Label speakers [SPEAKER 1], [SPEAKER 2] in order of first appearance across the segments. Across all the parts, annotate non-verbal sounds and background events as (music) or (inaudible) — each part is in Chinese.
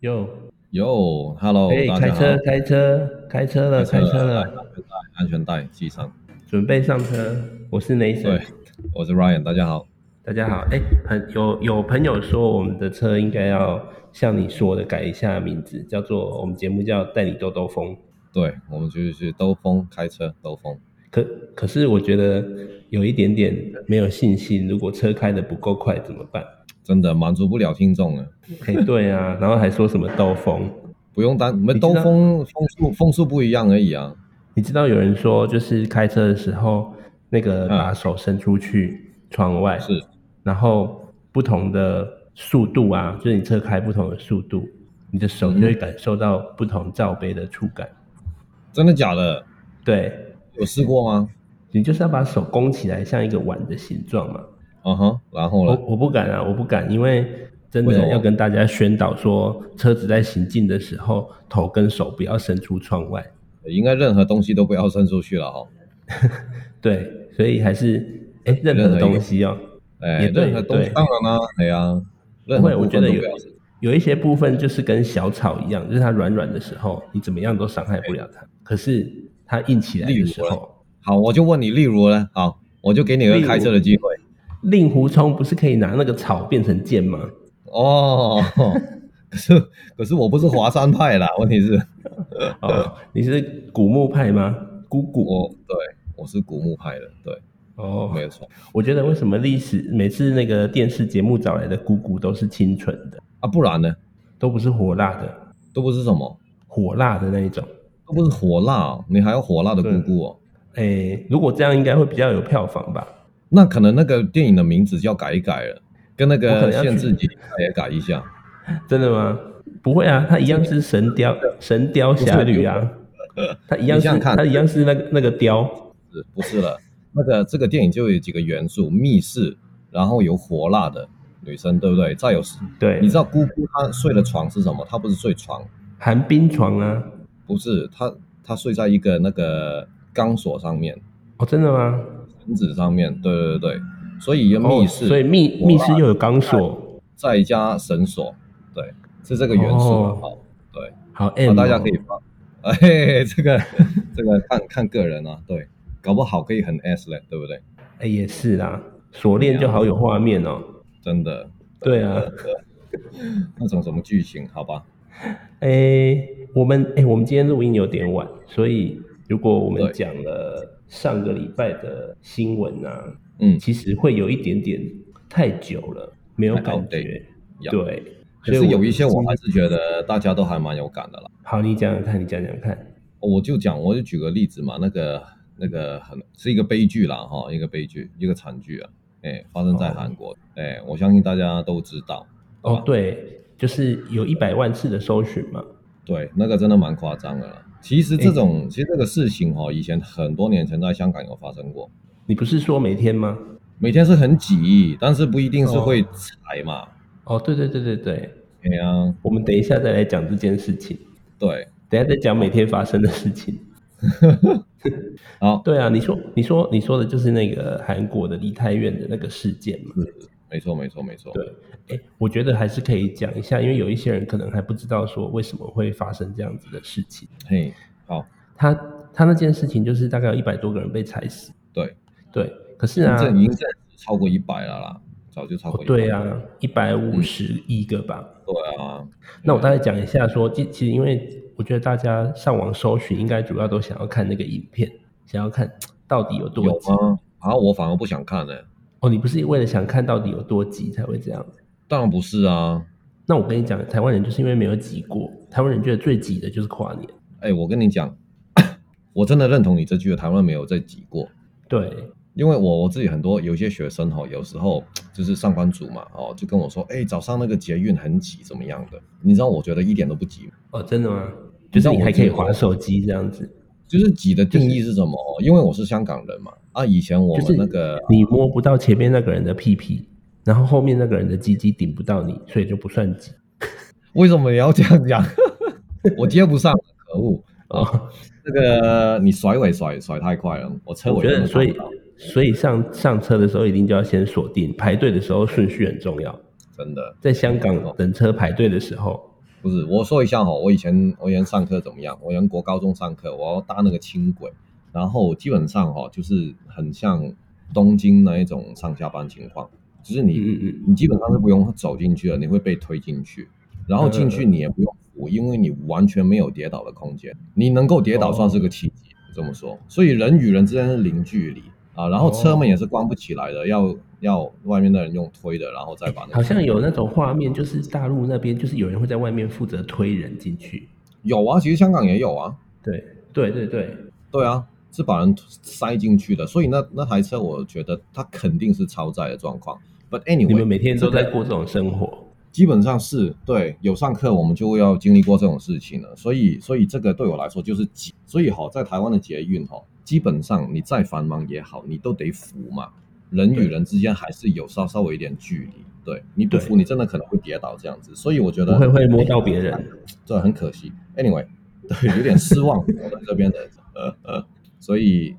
[SPEAKER 1] 有，
[SPEAKER 2] 哟，Hello，
[SPEAKER 1] 哎，
[SPEAKER 2] 哦大
[SPEAKER 1] 开
[SPEAKER 2] 家好
[SPEAKER 1] 车，，开车，开车了，开车
[SPEAKER 2] 安
[SPEAKER 1] 了，
[SPEAKER 2] 全带，安全带系上。
[SPEAKER 1] 准备上车。我是雷神
[SPEAKER 2] 对，，我是 Ryan，大家好。
[SPEAKER 1] 大家好。哎，朋有有朋友说我们的车应该要像你说的改一下名字，叫做我们节目叫带你兜兜风。
[SPEAKER 2] 对，我们就是去兜风，开车兜风。
[SPEAKER 1] 可可是我觉得有一点点没有信心，如果车开的不够快怎么办？
[SPEAKER 2] 真的满足不了听众了， (laughs)
[SPEAKER 1] 哎，对啊，然后还说什么兜风。
[SPEAKER 2] 不用担，我们
[SPEAKER 1] 你知道
[SPEAKER 2] 兜风风速风速不一样而已啊。
[SPEAKER 1] 你知道有人说，就是开车的时候，那个把手伸出去窗外，
[SPEAKER 2] 嗯是，
[SPEAKER 1] 然后不同的速度啊，就是你车开不同的速度，你的手就会感受到不同罩杯的触感。
[SPEAKER 2] 真的假的？
[SPEAKER 1] 对，
[SPEAKER 2] 有试过吗？
[SPEAKER 1] 你就是要把手弓起来，像一个碗的形状嘛。
[SPEAKER 2] 嗯哼，然后
[SPEAKER 1] 我
[SPEAKER 2] 呢？
[SPEAKER 1] 我不敢啊，我不敢，因为真
[SPEAKER 2] 为什
[SPEAKER 1] 的
[SPEAKER 2] 么
[SPEAKER 1] 要跟大家宣导说，车子在行进的时候，头跟手不要伸出窗外。
[SPEAKER 2] 应该任何东西都不要伸出去了哈、哦。
[SPEAKER 1] 对，所以还是哎，任
[SPEAKER 2] 任何
[SPEAKER 1] 何
[SPEAKER 2] 一个
[SPEAKER 1] 东西哦。
[SPEAKER 2] 哎，
[SPEAKER 1] 也对
[SPEAKER 2] 任何东西
[SPEAKER 1] 对
[SPEAKER 2] 当然啦、哎呀、任
[SPEAKER 1] 不会，
[SPEAKER 2] 何部
[SPEAKER 1] 我觉
[SPEAKER 2] 分
[SPEAKER 1] 得
[SPEAKER 2] 都不
[SPEAKER 1] 有
[SPEAKER 2] 要伸。
[SPEAKER 1] 有一些部分就是跟小草一样，就是它软软的时候，你怎么样都伤害不了它。可是它硬起来的时
[SPEAKER 2] 例如
[SPEAKER 1] 候，
[SPEAKER 2] 好，我就问你，例如呢？好，我就给你
[SPEAKER 1] 例
[SPEAKER 2] 个
[SPEAKER 1] 如
[SPEAKER 2] 开车的机会。
[SPEAKER 1] 令狐冲不是可以拿那个草变成剑吗？
[SPEAKER 2] 哦，可是可是我不是华山派啦，问题是 (laughs)
[SPEAKER 1] 哦，你是古墓派吗？姑
[SPEAKER 2] 我
[SPEAKER 1] 姑
[SPEAKER 2] 对我是古墓派的，对，
[SPEAKER 1] 哦
[SPEAKER 2] 没，有错
[SPEAKER 1] 我觉得为什么历史每次那个电视节目找来的姑姑都是清纯的，
[SPEAKER 2] 啊，不然呢，
[SPEAKER 1] 都不是火辣的，
[SPEAKER 2] 都不是什么，
[SPEAKER 1] 火辣的那一种。
[SPEAKER 2] 都不是火辣哦、你还要火辣的姑姑哦，
[SPEAKER 1] 哎，如果这样应该会比较有票房吧？
[SPEAKER 2] 那可能那个电影的名字就要改一改了，跟那
[SPEAKER 1] 我可
[SPEAKER 2] 个
[SPEAKER 1] 能要去
[SPEAKER 2] 限制级也改一下，
[SPEAKER 1] 真的吗？不会啊，它一样是神雕神雕侠侣啊，它一样
[SPEAKER 2] 你
[SPEAKER 1] 是
[SPEAKER 2] 想想看
[SPEAKER 1] 它一样是那个那个雕，
[SPEAKER 2] 是不是了？那个这个电影就有几个元素，密室，然后有火辣的女生，对不对？再有，
[SPEAKER 1] 对，
[SPEAKER 2] 你知道姑姑她睡的床是什么？她不是睡床，
[SPEAKER 1] 寒冰床啊？
[SPEAKER 2] 不是她她睡在一个那个钢索上面。
[SPEAKER 1] 哦，真的吗？
[SPEAKER 2] 绳子上面，对对对，所以有
[SPEAKER 1] 哦
[SPEAKER 2] 密室，
[SPEAKER 1] 所以密
[SPEAKER 2] 火辣
[SPEAKER 1] 密室又有钢索，
[SPEAKER 2] 再加绳索，对，是这个元素
[SPEAKER 1] 哦
[SPEAKER 2] 啊。好，对，
[SPEAKER 1] 好
[SPEAKER 2] 那
[SPEAKER 1] M，、
[SPEAKER 2] 哦
[SPEAKER 1] 哦
[SPEAKER 2] 大家可以发， (laughs) 哎，嘿嘿这个这个看看个人啊，对，搞不好可以很 S 嘞，对不对？
[SPEAKER 1] 哎、也是啦，锁链就好有画面哦。
[SPEAKER 2] 真的
[SPEAKER 1] 对啊，
[SPEAKER 2] 那种什么剧情，好吧？
[SPEAKER 1] 哎、我们哎、我们今天录音有点晚，所以如果我们
[SPEAKER 2] 对
[SPEAKER 1] 讲了上个礼拜的新闻啊，
[SPEAKER 2] 嗯，
[SPEAKER 1] 其实会有一点点太久了，没有
[SPEAKER 2] 太
[SPEAKER 1] 感
[SPEAKER 2] outdated
[SPEAKER 1] 觉。
[SPEAKER 2] 呀
[SPEAKER 1] 对，
[SPEAKER 2] 可
[SPEAKER 1] 所以
[SPEAKER 2] 是
[SPEAKER 1] 我
[SPEAKER 2] 有一些我还是觉得大家都还蛮有感的啦。
[SPEAKER 1] 好，你讲讲看，你讲讲
[SPEAKER 2] 哦
[SPEAKER 1] 看。
[SPEAKER 2] 我就讲，我就举个例子嘛，那个那个很是一个悲剧啦，哈，一个悲剧，一个惨剧啊，哎，发生在
[SPEAKER 1] 哦
[SPEAKER 2] 韩国，哎、我相信大家都知道。好
[SPEAKER 1] 哦
[SPEAKER 2] 吧，
[SPEAKER 1] 对，就是有一百万次的搜寻嘛。
[SPEAKER 2] 对，那个真的蛮夸张的啦。其实这种，其实这个事情哈、哦，以前很多年前在香港有发生过。
[SPEAKER 1] 你不是说每天吗？
[SPEAKER 2] 每天是很挤，但是不一定是会踩嘛。
[SPEAKER 1] 哦，对对对对对，
[SPEAKER 2] 对啊，
[SPEAKER 1] 我们等一下再来讲这件事情，
[SPEAKER 2] 对，
[SPEAKER 1] 等一下再讲每天发生的事情。
[SPEAKER 2] (laughs) 好，
[SPEAKER 1] 对啊，你说你说你说的就是那个韩国的梨泰院的那个事件嘛？
[SPEAKER 2] 没错，没错，没错。
[SPEAKER 1] 对哎，我觉得还是可以讲一下，因为有一些人可能还不知道说为什么会发生这样子的事情。
[SPEAKER 2] 嘿，好，
[SPEAKER 1] 他他那件事情就是大概有一百多个人被踩死，
[SPEAKER 2] 对，
[SPEAKER 1] 对，可是啊，
[SPEAKER 2] 这已经超过一百了啦，早就超过
[SPEAKER 1] 哦
[SPEAKER 2] 100。
[SPEAKER 1] 对啊，一百五十一个吧。
[SPEAKER 2] 对啊，
[SPEAKER 1] 那我大概讲一下说，其其实因为我觉得大家上网搜寻，应该主要都想要看那个影片，想要看到底有多
[SPEAKER 2] 有
[SPEAKER 1] 急。
[SPEAKER 2] 吗？啊，我反而不想看呢、
[SPEAKER 1] 哦，你不是为了想看到底有多急才会这样？
[SPEAKER 2] 当然不是啊。
[SPEAKER 1] 那我跟你讲，台湾人就是因为没有挤过，台湾人觉得最挤的就是跨年。
[SPEAKER 2] 哎，我跟你讲， (coughs) 我真的认同你这句，台湾没有在挤过。
[SPEAKER 1] 对，
[SPEAKER 2] 因为我我自己很多有一些学生哈、哦，有时候就是上班族嘛，哦，就跟我说，哎，早上那个捷运很挤，怎么样的？你知道，我觉得一点都不挤，
[SPEAKER 1] 哦，真的吗？就
[SPEAKER 2] 你知
[SPEAKER 1] 是
[SPEAKER 2] 道
[SPEAKER 1] 你
[SPEAKER 2] 我
[SPEAKER 1] 还可以
[SPEAKER 2] 自己
[SPEAKER 1] 划手机这样子，
[SPEAKER 2] 就是挤的定义是什么？哦因为我是香港人嘛，啊，以前我
[SPEAKER 1] 就是
[SPEAKER 2] 们那个、
[SPEAKER 1] 你摸不到前面那个人的屁屁，然后后面那个人的鸡鸡顶不到你，所以就不算挤。
[SPEAKER 2] 为什么你要这样讲？ (laughs) 我接不上，可恶！
[SPEAKER 1] 哦，
[SPEAKER 2] 那个你甩尾甩甩太快了，我车
[SPEAKER 1] 我
[SPEAKER 2] 尾
[SPEAKER 1] 觉
[SPEAKER 2] 真
[SPEAKER 1] 得，
[SPEAKER 2] 的
[SPEAKER 1] 所
[SPEAKER 2] 抓
[SPEAKER 1] 以
[SPEAKER 2] 不到，
[SPEAKER 1] 所以上上车的时候一定就要先锁定，排队的时候顺序很重要。
[SPEAKER 2] 真的
[SPEAKER 1] 在香港等车排队的时候，
[SPEAKER 2] 不是，我说一下哈，我以前我以前上课怎么样？我以前国高中上课，我要搭那个轻轨，然后基本上哈，就是很像东京那一种上下班情况，就是你
[SPEAKER 1] 嗯嗯
[SPEAKER 2] 你基本上是不用走进去了，你会被推进去，然后进
[SPEAKER 1] 嗯
[SPEAKER 2] 去你也不用扶，因为你完全没有跌倒的空间，你能够跌
[SPEAKER 1] 哦
[SPEAKER 2] 倒算是个奇迹，这么说。所以人与人之间是零距离啊，然
[SPEAKER 1] 哦
[SPEAKER 2] 后车门也是关不起来的，要要外面的人用推的，然后再把那个
[SPEAKER 1] 好像有那种画面，就是大陆那边就是有人会在外面负责推人进去。
[SPEAKER 2] 有啊，其实香港也有啊，
[SPEAKER 1] 对对对对，
[SPEAKER 2] 对啊，是把人塞进去的，所以那那台车我觉得它肯定是超载的状况。But
[SPEAKER 1] 你
[SPEAKER 2] anyway，
[SPEAKER 1] 们每天都在过这种生活。
[SPEAKER 2] 基本上是对有上课，我们就要经历过这种事情了。所以，所以这个对我来说就是急。所以哈，在台湾的捷运哈，基本上你再繁忙也好，你都得扶嘛。人与人之间还是有稍稍微一点距离，对你不扶，
[SPEAKER 1] 对
[SPEAKER 2] 你真的可能会跌倒这样子。所以我觉得
[SPEAKER 1] 不会会摸到别人，
[SPEAKER 2] 这很可惜。Anyway，对，有点失望我们这边的，呃呃，所以，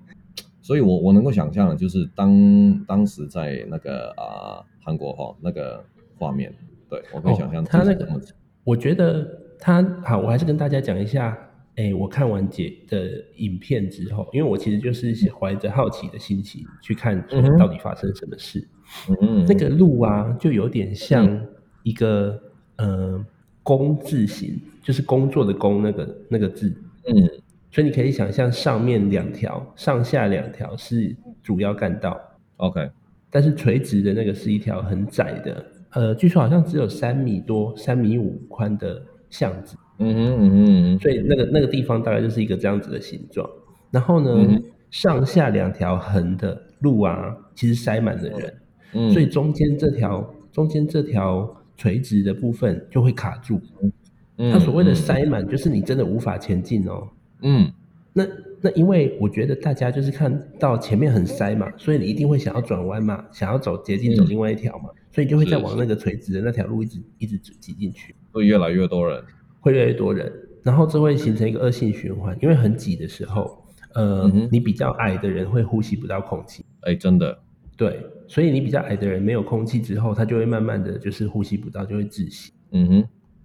[SPEAKER 2] 所以我我能够想象的就是当当时在那个啊、韩国哈、那个画面，对我可以
[SPEAKER 1] 哦
[SPEAKER 2] 想象、
[SPEAKER 1] 他那个
[SPEAKER 2] 么
[SPEAKER 1] 我觉得他好，我还是跟大家讲一下，哎，我看完姐的影片之后，因为我其实就是怀着好奇的心情去看
[SPEAKER 2] 嗯哼
[SPEAKER 1] 到底发生什么事。
[SPEAKER 2] 嗯嗯
[SPEAKER 1] 那个路啊，就有点像一个、呃工字形，就是工作的工那个那个字，
[SPEAKER 2] 嗯
[SPEAKER 1] 所以你可以想象上面两条，上下两条是主要干道，
[SPEAKER 2] ，OK，
[SPEAKER 1] 但是垂直的那个是一条很窄的，呃，据说好像只有三米多、三米五宽的巷子，
[SPEAKER 2] 嗯哼嗯哼嗯哼
[SPEAKER 1] 所以那个那个地方大概就是一个这样子的形状。然后呢，
[SPEAKER 2] 嗯
[SPEAKER 1] 上下两条横的路啊，其实塞满了人，
[SPEAKER 2] 嗯，
[SPEAKER 1] 所以中间这条中间这条垂直的部分就会卡住。
[SPEAKER 2] 以
[SPEAKER 1] 它所谓的塞满，就是你真的无法前进哦。
[SPEAKER 2] 嗯
[SPEAKER 1] 那那因为我觉得大家就是看到前面很塞嘛，所以你一定会想要转弯嘛，想要走捷径走
[SPEAKER 2] 嗯
[SPEAKER 1] 另外一条嘛，所以你就会再
[SPEAKER 2] 是
[SPEAKER 1] 往那个垂直的那条路一直一直挤进去，
[SPEAKER 2] 会越来越多人，
[SPEAKER 1] 会越来越多人，然后这会形成一个恶性循环，因为很挤的时候，呃，
[SPEAKER 2] 嗯哼
[SPEAKER 1] 你比较矮的人会呼吸不到空气，
[SPEAKER 2] 哎，真的，
[SPEAKER 1] 对，所以你比较矮的人没有空气之后，他就会慢慢的就是呼吸不到，就会窒息，
[SPEAKER 2] 嗯哼，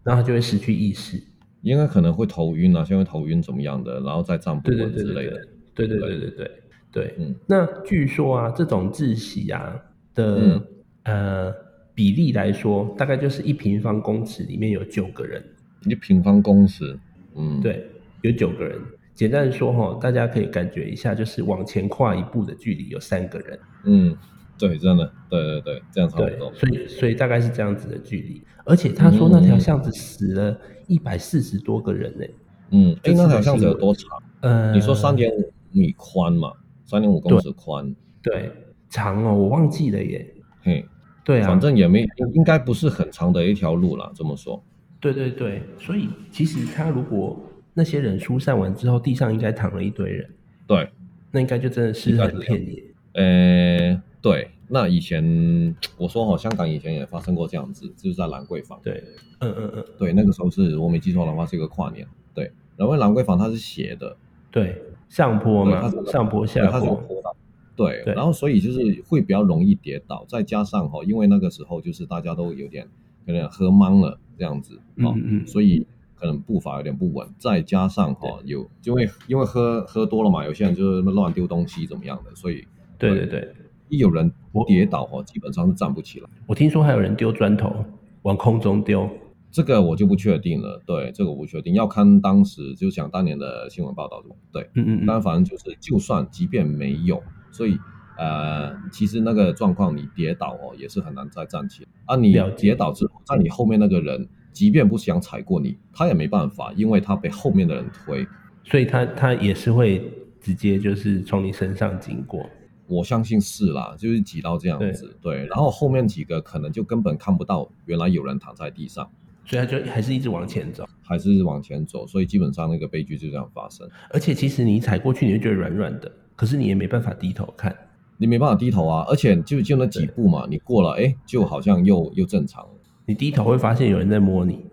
[SPEAKER 1] 然后他就会失去意识，
[SPEAKER 2] 应该可能会头晕啊，先会头晕怎么样的，然后再站不
[SPEAKER 1] 对对
[SPEAKER 2] 稳
[SPEAKER 1] 对
[SPEAKER 2] 之
[SPEAKER 1] 对
[SPEAKER 2] 类
[SPEAKER 1] 对
[SPEAKER 2] 的，
[SPEAKER 1] 对对对对对对，
[SPEAKER 2] 嗯
[SPEAKER 1] 那据说啊，这种窒息啊的、
[SPEAKER 2] 嗯
[SPEAKER 1] 呃比例来说，大概就是一平方公尺里面有九个人，
[SPEAKER 2] 一平方公尺，嗯，，
[SPEAKER 1] 对，有九个人。简单说哈、大家可以感觉一下，就是往前跨一步的距离有三个人，
[SPEAKER 2] 嗯，对，真的，对对对，这样差不
[SPEAKER 1] 对
[SPEAKER 2] 多，，
[SPEAKER 1] 所以所以大概是这样子的距离。而且他说那条巷子死了一百四十多个人呢、
[SPEAKER 2] 嗯，哎，
[SPEAKER 1] 这次
[SPEAKER 2] 那
[SPEAKER 1] 的
[SPEAKER 2] 条巷子有多长？
[SPEAKER 1] 呃，
[SPEAKER 2] 你说三点五米宽嘛，三点五公尺宽，
[SPEAKER 1] 对长哦，我忘记了耶。
[SPEAKER 2] 嘿，
[SPEAKER 1] 对啊，
[SPEAKER 2] 反正也没，应应该不是很长的一条路啦，这么说，
[SPEAKER 1] 对对对，所以其实他如果那些人疏散完之后，地上应该躺了一堆人，
[SPEAKER 2] 对，
[SPEAKER 1] 那应该就真的是很片野。
[SPEAKER 2] 呃，对，那以前我说哦，香港以前也发生过这样子，就是在兰桂坊，
[SPEAKER 1] 对，嗯嗯嗯，
[SPEAKER 2] 对，那个时候是我没记错的话是一个跨年，对，然后兰桂坊它是斜的，
[SPEAKER 1] 对，上坡
[SPEAKER 2] 对
[SPEAKER 1] 嘛
[SPEAKER 2] 它是，
[SPEAKER 1] 上坡
[SPEAKER 2] 对，
[SPEAKER 1] 下
[SPEAKER 2] 它是有
[SPEAKER 1] 坡，
[SPEAKER 2] 坡道。对，
[SPEAKER 1] 对
[SPEAKER 2] 然后所以就是会比较容易跌倒，再加上哈、哦，因为那个时候就是大家都有点有点喝懵了这样子，
[SPEAKER 1] 嗯
[SPEAKER 2] 哦，
[SPEAKER 1] 嗯嗯
[SPEAKER 2] 所以可能步伐有点不稳，再加上哈、哦、有，因为因为喝喝多了嘛，有些人就是乱丢东西怎么样的，所以
[SPEAKER 1] 对对对，
[SPEAKER 2] 一有人
[SPEAKER 1] 我
[SPEAKER 2] 跌倒哈、哦，基本上是站不起来。
[SPEAKER 1] 我听说还有人丢砖头往空中丢，
[SPEAKER 2] 这个我就不确定了，对，这个我不确定，要看当时就想当年的新闻报道，对，
[SPEAKER 1] 嗯嗯
[SPEAKER 2] 但
[SPEAKER 1] 嗯，
[SPEAKER 2] 反正就是，就算即便没有，所以呃，其实那个状况你跌倒哦，也是很难再站起来啊。你
[SPEAKER 1] 了解
[SPEAKER 2] 跌倒之后，在你后面那个人，即便不想踩过你，他也没办法，因为他被后面的人推。
[SPEAKER 1] 所以他他也是会直接就是从你身上经过，
[SPEAKER 2] 我相信是啦，就是挤到这样子，对。然后后面几个可能就根本看不到，原来有人躺在地上，
[SPEAKER 1] 所以他就还是一直往前走。
[SPEAKER 2] 还是往前走，所以基本上那个悲剧就这样发生。
[SPEAKER 1] 而且其实你踩过去，你会觉得软软的，可是你也没办法低头看。
[SPEAKER 2] 你没办法低头啊，而且就就那几步嘛，你过了，哎，就好像又又正常了。
[SPEAKER 1] 你低头会发现有人在摸你，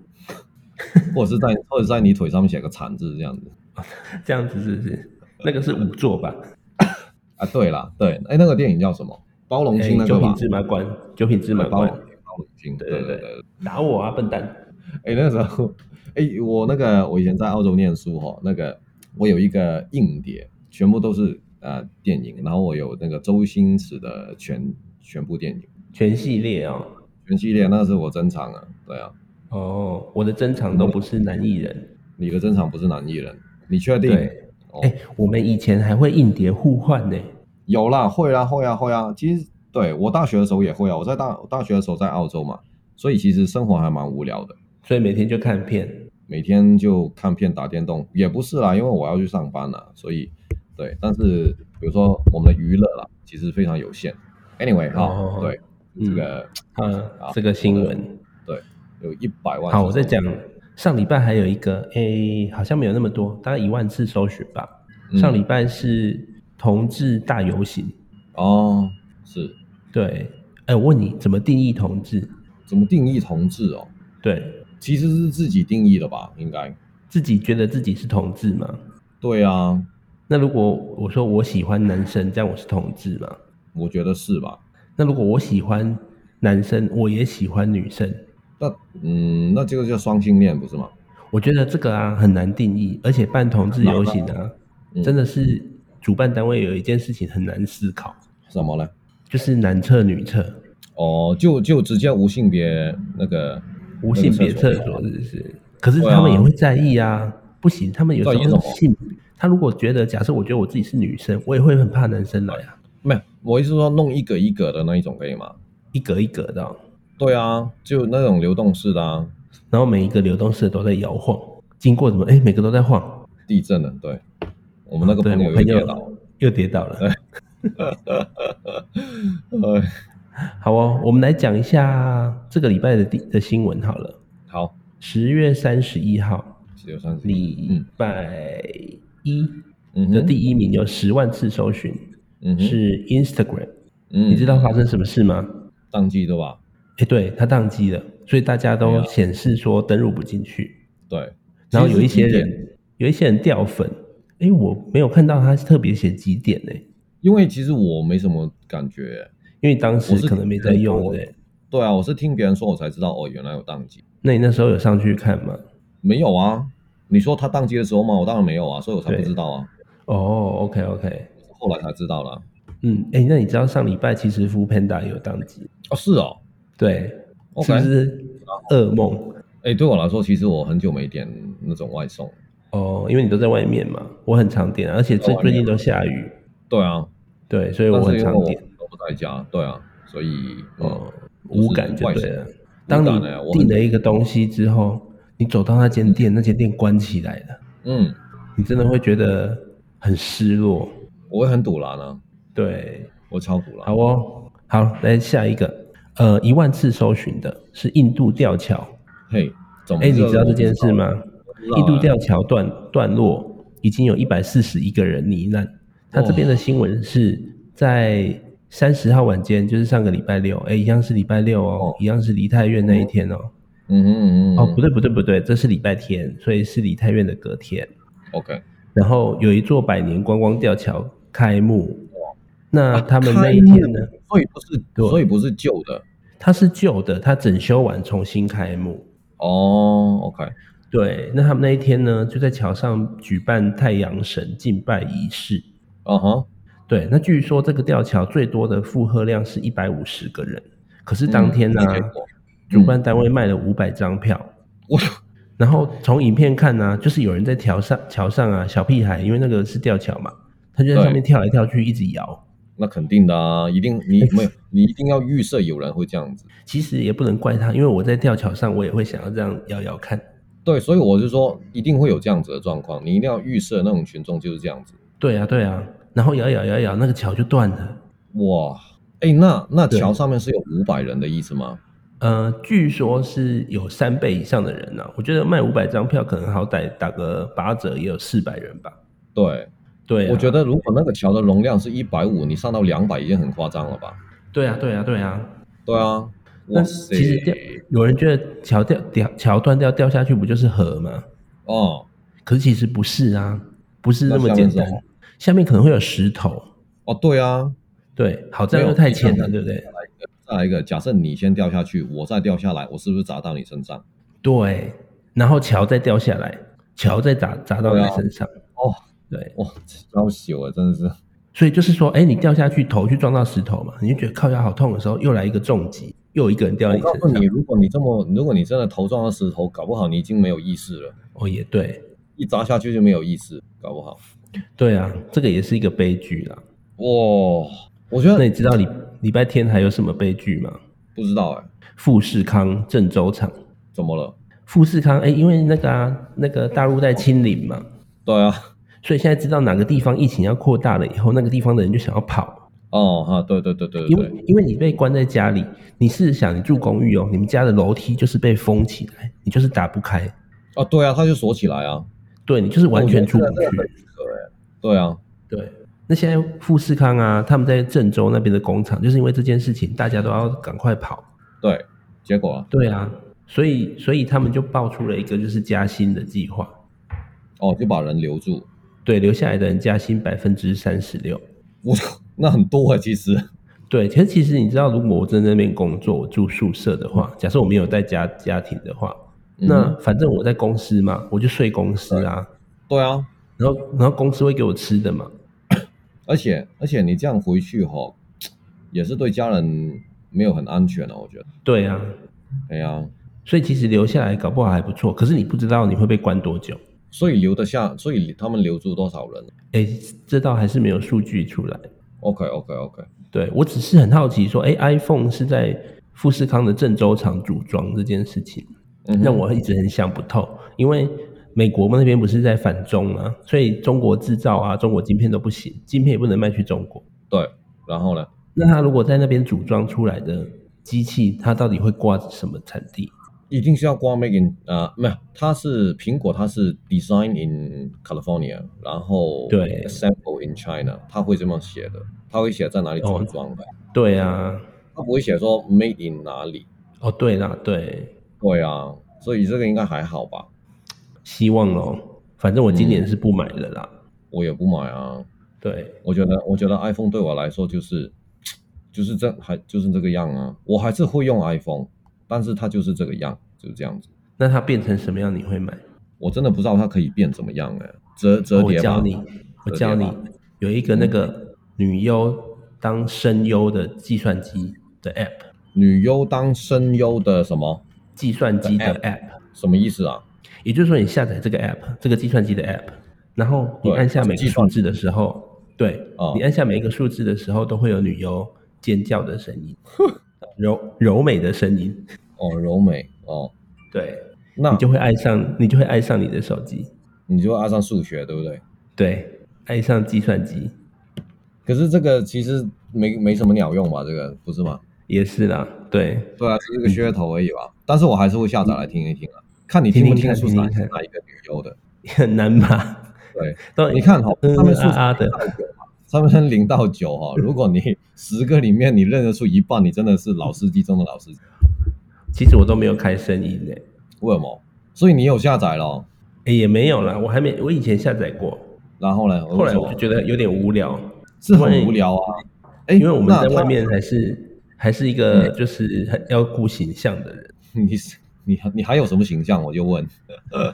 [SPEAKER 2] 或者是在或者在你腿上面写个惨字这样子
[SPEAKER 1] 这样子是不是？那个是仵作吧？
[SPEAKER 2] 啊。对啦，对，哎，那个电影叫什么？包容
[SPEAKER 1] 哎
[SPEAKER 2] 心那
[SPEAKER 1] 九
[SPEAKER 2] 个
[SPEAKER 1] 品
[SPEAKER 2] 吧？
[SPEAKER 1] 芝麻官，九品芝麻
[SPEAKER 2] 包
[SPEAKER 1] 官
[SPEAKER 2] 容，包容心，对
[SPEAKER 1] 对
[SPEAKER 2] 对
[SPEAKER 1] 对
[SPEAKER 2] 对。
[SPEAKER 1] 打我啊，笨蛋！
[SPEAKER 2] 哎、那时候，哎、我那个我以前在澳洲念书哦，那个我有一个硬碟，全部都是呃电影，然后我有那个周星驰的全全部电影
[SPEAKER 1] 全系列哦。
[SPEAKER 2] 全系列，那是我珍藏啊，对啊，
[SPEAKER 1] 哦，我的珍藏都不是男艺人。
[SPEAKER 2] 你的珍藏不是男艺人，你确定？
[SPEAKER 1] 对，
[SPEAKER 2] 哦
[SPEAKER 1] 哎、我们以前还会硬碟互换呢、
[SPEAKER 2] 有啦，会啦，会啊，会啊。其实对我大学的时候也会啊，我在大我大学的时候在澳洲嘛，所以其实生活还蛮无聊的，
[SPEAKER 1] 所以每天就看片。
[SPEAKER 2] 每天就看片打电动，也不是啦，因为我要去上班啦，所以对。但是比如说我们的娱乐啦，其实非常有限。Anyway 哈、
[SPEAKER 1] 哦
[SPEAKER 2] 对
[SPEAKER 1] 嗯
[SPEAKER 2] 这个
[SPEAKER 1] 嗯
[SPEAKER 2] 好，
[SPEAKER 1] 这个新闻。
[SPEAKER 2] 有一百万。
[SPEAKER 1] 好，我在讲上礼拜还有一个，哎、好像没有那么多，大概一万次搜寻吧。
[SPEAKER 2] 嗯
[SPEAKER 1] 上礼拜是同志大游行，
[SPEAKER 2] 哦，是
[SPEAKER 1] 对，哎、我问你怎么定义同志？
[SPEAKER 2] 怎么定义同志哦？
[SPEAKER 1] 对
[SPEAKER 2] 其实是自己定义的吧，应该。
[SPEAKER 1] 自己觉得自己是同志吗？
[SPEAKER 2] 对啊，
[SPEAKER 1] 那如果我说我喜欢男生，这样我是同志吗？
[SPEAKER 2] 我觉得是吧。
[SPEAKER 1] 那如果我喜欢男生，我也喜欢女生，
[SPEAKER 2] 那嗯，那这个叫双性恋不是吗？
[SPEAKER 1] 我觉得这个啊很难定义，而且办同志游行啊，
[SPEAKER 2] 嗯
[SPEAKER 1] 真的是主办单位有一件事情很难思考，
[SPEAKER 2] 什么呢？
[SPEAKER 1] 就是男厕女厕，
[SPEAKER 2] 哦，就就直接无性别那个
[SPEAKER 1] 无性别厕
[SPEAKER 2] 那个
[SPEAKER 1] 所是不是？可是他们也会在意啊，不行，他们有
[SPEAKER 2] 在意
[SPEAKER 1] 时
[SPEAKER 2] 什么
[SPEAKER 1] 候性别，他如果觉得假设我觉得我自己是女生，我也会很怕男生来啊，
[SPEAKER 2] 没有，我意思说弄一个一个的那一种可以吗？
[SPEAKER 1] 一格一格的哦，
[SPEAKER 2] 对啊，就那种流动式的啊，
[SPEAKER 1] 然后每一个流动室都在摇晃，经过什么哎，每个都在晃，
[SPEAKER 2] 地震的，对，我们那个
[SPEAKER 1] 啊对
[SPEAKER 2] 朋友
[SPEAKER 1] 我
[SPEAKER 2] 又
[SPEAKER 1] 朋
[SPEAKER 2] 跌倒
[SPEAKER 1] 友又跌倒了。
[SPEAKER 2] 了，哎，
[SPEAKER 1] 好哦，我们来讲一下这个礼拜的第的新闻好了。
[SPEAKER 2] (laughs) 好，
[SPEAKER 1] 十月三十一号，
[SPEAKER 2] 只有三十一，
[SPEAKER 1] 礼拜一
[SPEAKER 2] 嗯
[SPEAKER 1] 的
[SPEAKER 2] 哼，
[SPEAKER 1] 第一名有十万次搜寻，
[SPEAKER 2] 嗯哼，
[SPEAKER 1] 是 Instagram。
[SPEAKER 2] 嗯
[SPEAKER 1] 你知道发生什么事吗？
[SPEAKER 2] 宕机对吧？
[SPEAKER 1] 哎，对，它宕机了，所以大家
[SPEAKER 2] 对
[SPEAKER 1] 都
[SPEAKER 2] 啊
[SPEAKER 1] 显示说登录不进去。
[SPEAKER 2] 对，
[SPEAKER 1] 然后
[SPEAKER 2] 其
[SPEAKER 1] 有
[SPEAKER 2] 实
[SPEAKER 1] 一
[SPEAKER 2] 是
[SPEAKER 1] 些
[SPEAKER 2] 几点
[SPEAKER 1] 人，有一些人掉粉。哎，我没有看到他特别写几点呢、
[SPEAKER 2] 因为其实我没什么感觉，
[SPEAKER 1] 因为当时
[SPEAKER 2] 我是
[SPEAKER 1] 可能没在用，对
[SPEAKER 2] 我
[SPEAKER 1] 不对？
[SPEAKER 2] 对啊，我是听别人说我才知道，哦，原来有宕机，
[SPEAKER 1] 那你那时候有上去看吗？
[SPEAKER 2] 没有啊？你说他宕机的时候吗？我当然没有啊，所以我才不
[SPEAKER 1] 对
[SPEAKER 2] 知道啊，
[SPEAKER 1] 哦，OK OK，
[SPEAKER 2] 后来才知道了。
[SPEAKER 1] 嗯，哎、那你知道上礼拜其实 f o o Panda 有宕机，
[SPEAKER 2] 哦，是哦
[SPEAKER 1] 对
[SPEAKER 2] ，OK，
[SPEAKER 1] 是不是噩梦？
[SPEAKER 2] 哎、对我来说，其实我很久没点那种外送。
[SPEAKER 1] 哦，因为你都在外面嘛，我很常点，而且最
[SPEAKER 2] 在外面
[SPEAKER 1] 最近都下雨，
[SPEAKER 2] 对啊，
[SPEAKER 1] 对，所以
[SPEAKER 2] 但
[SPEAKER 1] 我
[SPEAKER 2] 是
[SPEAKER 1] 很
[SPEAKER 2] 因为
[SPEAKER 1] 常
[SPEAKER 2] 我
[SPEAKER 1] 点，
[SPEAKER 2] 都不在家，对啊，所以嗯，
[SPEAKER 1] 哦，无感就对了。当你
[SPEAKER 2] 无感欸我很
[SPEAKER 1] 订了一个东西之后，你走到那间店，那间店关起来了，
[SPEAKER 2] 嗯，
[SPEAKER 1] 你真的会觉得很失落。
[SPEAKER 2] 我会很堵拦啊，
[SPEAKER 1] 对，
[SPEAKER 2] 我超堵拦。
[SPEAKER 1] 好哦，好，来下一个，呃，一万次搜寻的是印度吊桥，
[SPEAKER 2] 嘿，怎么？
[SPEAKER 1] 哎、你知啊道这件事？吗？
[SPEAKER 2] 道啊
[SPEAKER 1] 印度吊桥段段落已经有一百四十一个人罹难。他这边的新闻是在三十号晚间，就是上个礼拜六，哎、一样是礼拜六哦，
[SPEAKER 2] 哦
[SPEAKER 1] 一样是梨泰院那一天哦。
[SPEAKER 2] 嗯哼嗯嗯，
[SPEAKER 1] 哦，不对不对不对，这是礼拜天，所以是梨泰院的隔天。
[SPEAKER 2] ，OK，
[SPEAKER 1] 然后有一座百年观光吊桥开幕，那他们
[SPEAKER 2] 啊
[SPEAKER 1] 那一天呢？？
[SPEAKER 2] 开幕所以不是，
[SPEAKER 1] 对
[SPEAKER 2] 所以不是旧的
[SPEAKER 1] 它是旧的，它整修完重新开幕。
[SPEAKER 2] 哦。OK，
[SPEAKER 1] 对，那他们那一天呢，就在桥上举办太阳神敬拜仪式。
[SPEAKER 2] 啊哈，
[SPEAKER 1] 对，那据说这个吊桥最多的负荷量是一百五十个人，可是当天呢、啊
[SPEAKER 2] 嗯没结果
[SPEAKER 1] 主办单位卖了五百张票。
[SPEAKER 2] 我
[SPEAKER 1] 然后从影片看呢、就是有人在桥上桥上啊，小屁孩，因为那个是吊桥嘛，他就在上面跳来跳去，一直摇。
[SPEAKER 2] 嗯那肯定的啊，一定
[SPEAKER 1] 哎
[SPEAKER 2] 你没有，你一定要预设有人会这样子。
[SPEAKER 1] 其实也不能怪他，因为我在吊桥上，我也会想要这样摇摇看。
[SPEAKER 2] 对，所以我就说一定会有这样子的状况，你一定要预设那种群众就是这样子。
[SPEAKER 1] 对啊，对啊，然后摇摇摇摇，那个桥就断了。
[SPEAKER 2] 哇，哎，那那
[SPEAKER 1] 对
[SPEAKER 2] 桥上面是有五百人的意思吗？
[SPEAKER 1] 呃，据说是有三倍以上的人啊呢、我觉得卖五百张票，可能好歹打个八折，也有四百人吧。
[SPEAKER 2] 对，
[SPEAKER 1] 对啊、
[SPEAKER 2] 我觉得如果那个桥的容量是一百五，你上到两百已经很夸张了吧？
[SPEAKER 1] 对啊，对啊，对啊。
[SPEAKER 2] 对啊，哇
[SPEAKER 1] 那
[SPEAKER 2] 塞，
[SPEAKER 1] 其实掉，有人觉得桥掉掉桥断掉掉下去不就是河吗？
[SPEAKER 2] 哦
[SPEAKER 1] 可是其实不是啊，不是
[SPEAKER 2] 那
[SPEAKER 1] 那么
[SPEAKER 2] 下面
[SPEAKER 1] 简
[SPEAKER 2] 是
[SPEAKER 1] 单
[SPEAKER 2] 什么。
[SPEAKER 1] 下面可能会有石头，
[SPEAKER 2] 哦，对啊，
[SPEAKER 1] 对，好，这样
[SPEAKER 2] 没
[SPEAKER 1] 又
[SPEAKER 2] 有
[SPEAKER 1] 太
[SPEAKER 2] 地上
[SPEAKER 1] 浅了，
[SPEAKER 2] 的
[SPEAKER 1] 对不对？
[SPEAKER 2] 再来一个，假设你先掉下去，我再掉下来，我是不是砸到你身上？
[SPEAKER 1] 对，然后桥再掉下来，桥再砸砸到
[SPEAKER 2] 对
[SPEAKER 1] 你
[SPEAKER 2] 啊
[SPEAKER 1] 身上，
[SPEAKER 2] 哦，
[SPEAKER 1] 对，
[SPEAKER 2] 哇，要死我了，啊真的是。
[SPEAKER 1] 所以就是说，哎，你掉下去头去撞到石头嘛，你就觉得靠腰好痛的时候，又来一个重击，又有一个人掉在
[SPEAKER 2] 我
[SPEAKER 1] 你
[SPEAKER 2] 告
[SPEAKER 1] 身
[SPEAKER 2] 诉
[SPEAKER 1] 上
[SPEAKER 2] 你，， (laughs) 如果你这么，如果你真的头撞到石头，搞不好你已经没有意识了，
[SPEAKER 1] 哦，也对，
[SPEAKER 2] 一砸下去就没有意识，搞不好。
[SPEAKER 1] 对啊，这个也是一个悲剧啦。
[SPEAKER 2] 哇，我觉
[SPEAKER 1] 那
[SPEAKER 2] 得
[SPEAKER 1] 你知道礼礼拜天还有什么悲剧吗？
[SPEAKER 2] 不知道哎、
[SPEAKER 1] 富士康郑州厂，
[SPEAKER 2] 怎么了？
[SPEAKER 1] 富士康哎，因为那个啊，那个大陆在清零嘛，
[SPEAKER 2] 对啊，
[SPEAKER 1] 所以现在知道哪个地方疫情要扩大了以后，那个地方的人就想要跑，
[SPEAKER 2] 哦哈，对对对对
[SPEAKER 1] 因
[SPEAKER 2] 对
[SPEAKER 1] 为
[SPEAKER 2] 对，
[SPEAKER 1] 因为你被关在家里，你试想你住公寓哦，你们家的楼梯就是被封起来，你就是打不开，
[SPEAKER 2] 啊对啊，他就锁起来啊，
[SPEAKER 1] 对你就是完全出不
[SPEAKER 2] 哦我觉得
[SPEAKER 1] 去
[SPEAKER 2] 这个。很值得欸对啊，
[SPEAKER 1] 对，那现在富士康啊，他们在郑州那边的工厂，就是因为这件事情，大家都要赶快跑。
[SPEAKER 2] 对，结果啊，
[SPEAKER 1] 对啊，所以所以他们就爆出了一个就是加薪的计划，
[SPEAKER 2] 哦，就把人留住， (laughs)
[SPEAKER 1] 对，留下来的人加薪百分之三十六。
[SPEAKER 2] 我那很多啊，其实，
[SPEAKER 1] 对，其实其实你知道，如果我在那边工作，我住宿舍的话，假设我没有带家家庭的话，(laughs)
[SPEAKER 2] 嗯
[SPEAKER 1] 那反正我在公司嘛，我就睡公司啊，
[SPEAKER 2] 对啊，
[SPEAKER 1] 然后然后公司会给我吃的嘛，
[SPEAKER 2] 而且而且你这样回去哈、也是对家人没有很安全啊，我觉得，
[SPEAKER 1] 对啊，
[SPEAKER 2] 哎呀、啊，
[SPEAKER 1] 所以其实留下来搞不好还不错，可是你不知道你会被关多久，
[SPEAKER 2] 所以留得下，所以他们留住多少人
[SPEAKER 1] 哎，这倒还是没有数据出来。
[SPEAKER 2] ？OK OK OK，
[SPEAKER 1] 对我只是很好奇说，哎，iPhone 是在富士康的郑州厂组装这件事情，
[SPEAKER 2] 嗯哼
[SPEAKER 1] 让我一直很想不透，因为美国那边不是在反中啊，所以中国制造啊，中国晶片都不行，晶片也不能卖去中国。
[SPEAKER 2] 对，然后呢？
[SPEAKER 1] 那它如果在那边组装出来的机器，它到底会挂什么产地？
[SPEAKER 2] 一定是要挂 Make in 呃，没有，它是苹果，它是 Design in California，然后
[SPEAKER 1] 对
[SPEAKER 2] Assemble in China，它会这么写的，它会写在哪里
[SPEAKER 1] 哦
[SPEAKER 2] 组装的，
[SPEAKER 1] 对啊，
[SPEAKER 2] 它不会写说 Made in 哪里。
[SPEAKER 1] 哦对啦，对，
[SPEAKER 2] 对啊，所以这个应该还好吧，
[SPEAKER 1] 希望咯，反正我今年是不买了啦。
[SPEAKER 2] 我也不买啊。
[SPEAKER 1] 对，
[SPEAKER 2] 我觉得，我觉得 iPhone 对我来说就是，就是这还就是这个样啊，我还是会用 iPhone，但是它就是这个样，就是这样子。
[SPEAKER 1] 那它变成什么样你会买？
[SPEAKER 2] 我真的不知道它可以变怎么样哎、折折
[SPEAKER 1] 哦我
[SPEAKER 2] 叠吧。
[SPEAKER 1] 教你，我
[SPEAKER 2] 折叠
[SPEAKER 1] 教你
[SPEAKER 2] 吧
[SPEAKER 1] 有一个那个女优当声优的计算机的 app，
[SPEAKER 2] 女优当声优的什么
[SPEAKER 1] 计算机的
[SPEAKER 2] The
[SPEAKER 1] app，
[SPEAKER 2] 什么意思啊？
[SPEAKER 1] 也就是说你下载这个 app，这个计算机的 app，然后你
[SPEAKER 2] 对
[SPEAKER 1] 按下
[SPEAKER 2] 它是
[SPEAKER 1] 每个
[SPEAKER 2] 计
[SPEAKER 1] 数
[SPEAKER 2] 算
[SPEAKER 1] 字的时候，对
[SPEAKER 2] 哦，
[SPEAKER 1] 你按下每一个数字的时候，都会有女优尖叫的声音，柔柔美的声音，
[SPEAKER 2] 哦，柔美哦，
[SPEAKER 1] 对
[SPEAKER 2] 那
[SPEAKER 1] 你就会爱上，你就会爱上你的手机，
[SPEAKER 2] 你就爱上数学，对不对？
[SPEAKER 1] 对，爱上计算机
[SPEAKER 2] 可是这个其实没没什么鸟用吧，这个不是吗？
[SPEAKER 1] 也是啦，对，
[SPEAKER 2] 对啊，只是个噱头而已吧。但是我还是会下载来听一听啊，看你
[SPEAKER 1] 听
[SPEAKER 2] 听不
[SPEAKER 1] 听
[SPEAKER 2] 听
[SPEAKER 1] 看
[SPEAKER 2] 出
[SPEAKER 1] 听
[SPEAKER 2] 哪
[SPEAKER 1] 听看
[SPEAKER 2] 哪一个女优的。
[SPEAKER 1] 很难吧？ (laughs)
[SPEAKER 2] 对，
[SPEAKER 1] 都
[SPEAKER 2] 你看哈、
[SPEAKER 1] 嗯
[SPEAKER 2] 他们数
[SPEAKER 1] 啊啊的
[SPEAKER 2] 学他们零到九哈、如果你 (laughs) 十个里面你认得出一半，你真的是老司机中的老司机。
[SPEAKER 1] 其实我都没有开声音诶、
[SPEAKER 2] 为什么？所以你有下载咯。
[SPEAKER 1] 诶哎也没有啦，我还没，我以前下载过，
[SPEAKER 2] 然后呢？
[SPEAKER 1] 后来
[SPEAKER 2] 为
[SPEAKER 1] 我
[SPEAKER 2] 什
[SPEAKER 1] 就
[SPEAKER 2] 么
[SPEAKER 1] 觉得有点无聊，
[SPEAKER 2] 是很无聊啊。哎，嗯
[SPEAKER 1] 因为我们
[SPEAKER 2] 那
[SPEAKER 1] 在
[SPEAKER 2] 他
[SPEAKER 1] 外面还是还是一个就是很要顾形象的人。
[SPEAKER 2] 你是你还你还有什么形象？我就问。 (laughs)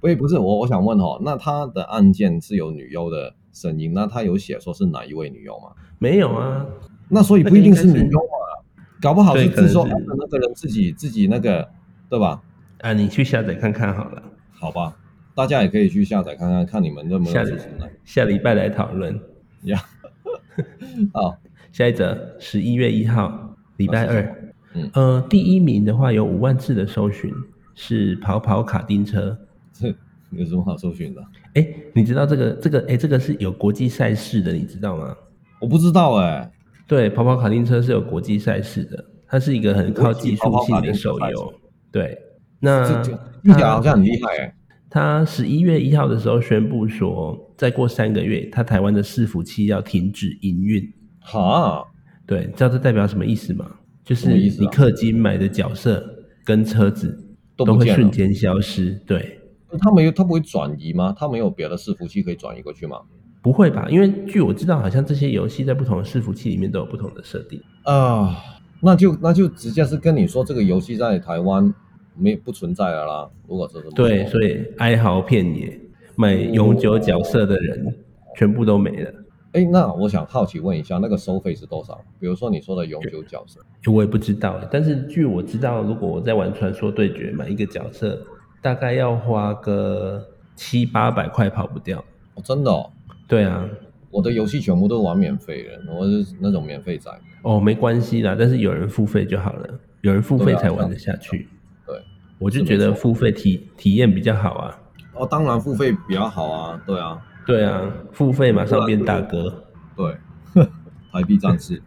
[SPEAKER 2] 所以不是我，我想问哦，那他的案件是有女优的声音，那他有写说是哪一位女优吗？
[SPEAKER 1] 没有啊，
[SPEAKER 2] 那所以不一定是女优嘛，啊搞不好是制作
[SPEAKER 1] 对
[SPEAKER 2] 案
[SPEAKER 1] 可能是
[SPEAKER 2] 的那个人自己自己那个，对吧？
[SPEAKER 1] 啊，你去下载看看好了，
[SPEAKER 2] 好吧，大家也可以去下载看看，看你们认不
[SPEAKER 1] 下
[SPEAKER 2] 认
[SPEAKER 1] 礼
[SPEAKER 2] 出是哪
[SPEAKER 1] 下礼拜来讨论。
[SPEAKER 2] 呀？啊，
[SPEAKER 1] 下一则，十一月一号，礼拜
[SPEAKER 2] 那是什
[SPEAKER 1] 二，
[SPEAKER 2] 嗯
[SPEAKER 1] 呃，第一名的话有五万次的搜寻，是跑跑卡丁车。
[SPEAKER 2] 这有什么好搜寻的？
[SPEAKER 1] 哎，你知道这个这个哎，这个是有国际赛事的，你知道吗？
[SPEAKER 2] 我不知道哎、
[SPEAKER 1] 对，跑跑卡丁车是有国际赛事的，它是一个很靠技术性的手
[SPEAKER 2] 跑跑卡丁车赛
[SPEAKER 1] 游。对，那
[SPEAKER 2] 这这
[SPEAKER 1] 嗯
[SPEAKER 2] 听起来好像很厉害哎、
[SPEAKER 1] 它十一月一号的时候宣布说，再过三个月，它台湾的伺服器要停止营运。
[SPEAKER 2] 哈，
[SPEAKER 1] 对，你知道这代表什么意思吗？就是
[SPEAKER 2] 什么意思
[SPEAKER 1] 你
[SPEAKER 2] 啊
[SPEAKER 1] 氪金买的角色跟车子
[SPEAKER 2] 都
[SPEAKER 1] 都
[SPEAKER 2] 不
[SPEAKER 1] 会
[SPEAKER 2] 见了
[SPEAKER 1] 瞬间消失。对，
[SPEAKER 2] 他没有，他不会转移吗？他没有别的伺服器可以转移过去吗？
[SPEAKER 1] 不会吧？因为据我知道，好像这些游戏在不同的伺服器里面都有不同的设定。
[SPEAKER 2] 啊、那就那就直接是跟你说，这个游戏在台湾没不存在了啦。如果这是
[SPEAKER 1] 对，所以哀嚎遍野，买永久角色的人、全部都没了。
[SPEAKER 2] 哎，那我想好奇问一下，那个收费是多少？比如说你说的永久角色，
[SPEAKER 1] 诶我也不知道，欸但是据我知道，如果我在玩传说对决买一个角色，大概要花个七八百块跑不掉。
[SPEAKER 2] 哦、真的、哦，
[SPEAKER 1] 对啊，
[SPEAKER 2] 我的游戏全部都玩免费的，我是那种免费仔。
[SPEAKER 1] 哦，没关系啦，但是有人付费就好了，有人付费
[SPEAKER 2] 对啊
[SPEAKER 1] 才玩得下去。
[SPEAKER 2] 对，
[SPEAKER 1] 我就是
[SPEAKER 2] 没
[SPEAKER 1] 觉得
[SPEAKER 2] 错
[SPEAKER 1] 付费体体验比较好啊。
[SPEAKER 2] 哦，当然付费比较好啊，对啊，
[SPEAKER 1] 对啊，付费马上变大哥。
[SPEAKER 2] 对，台币战士，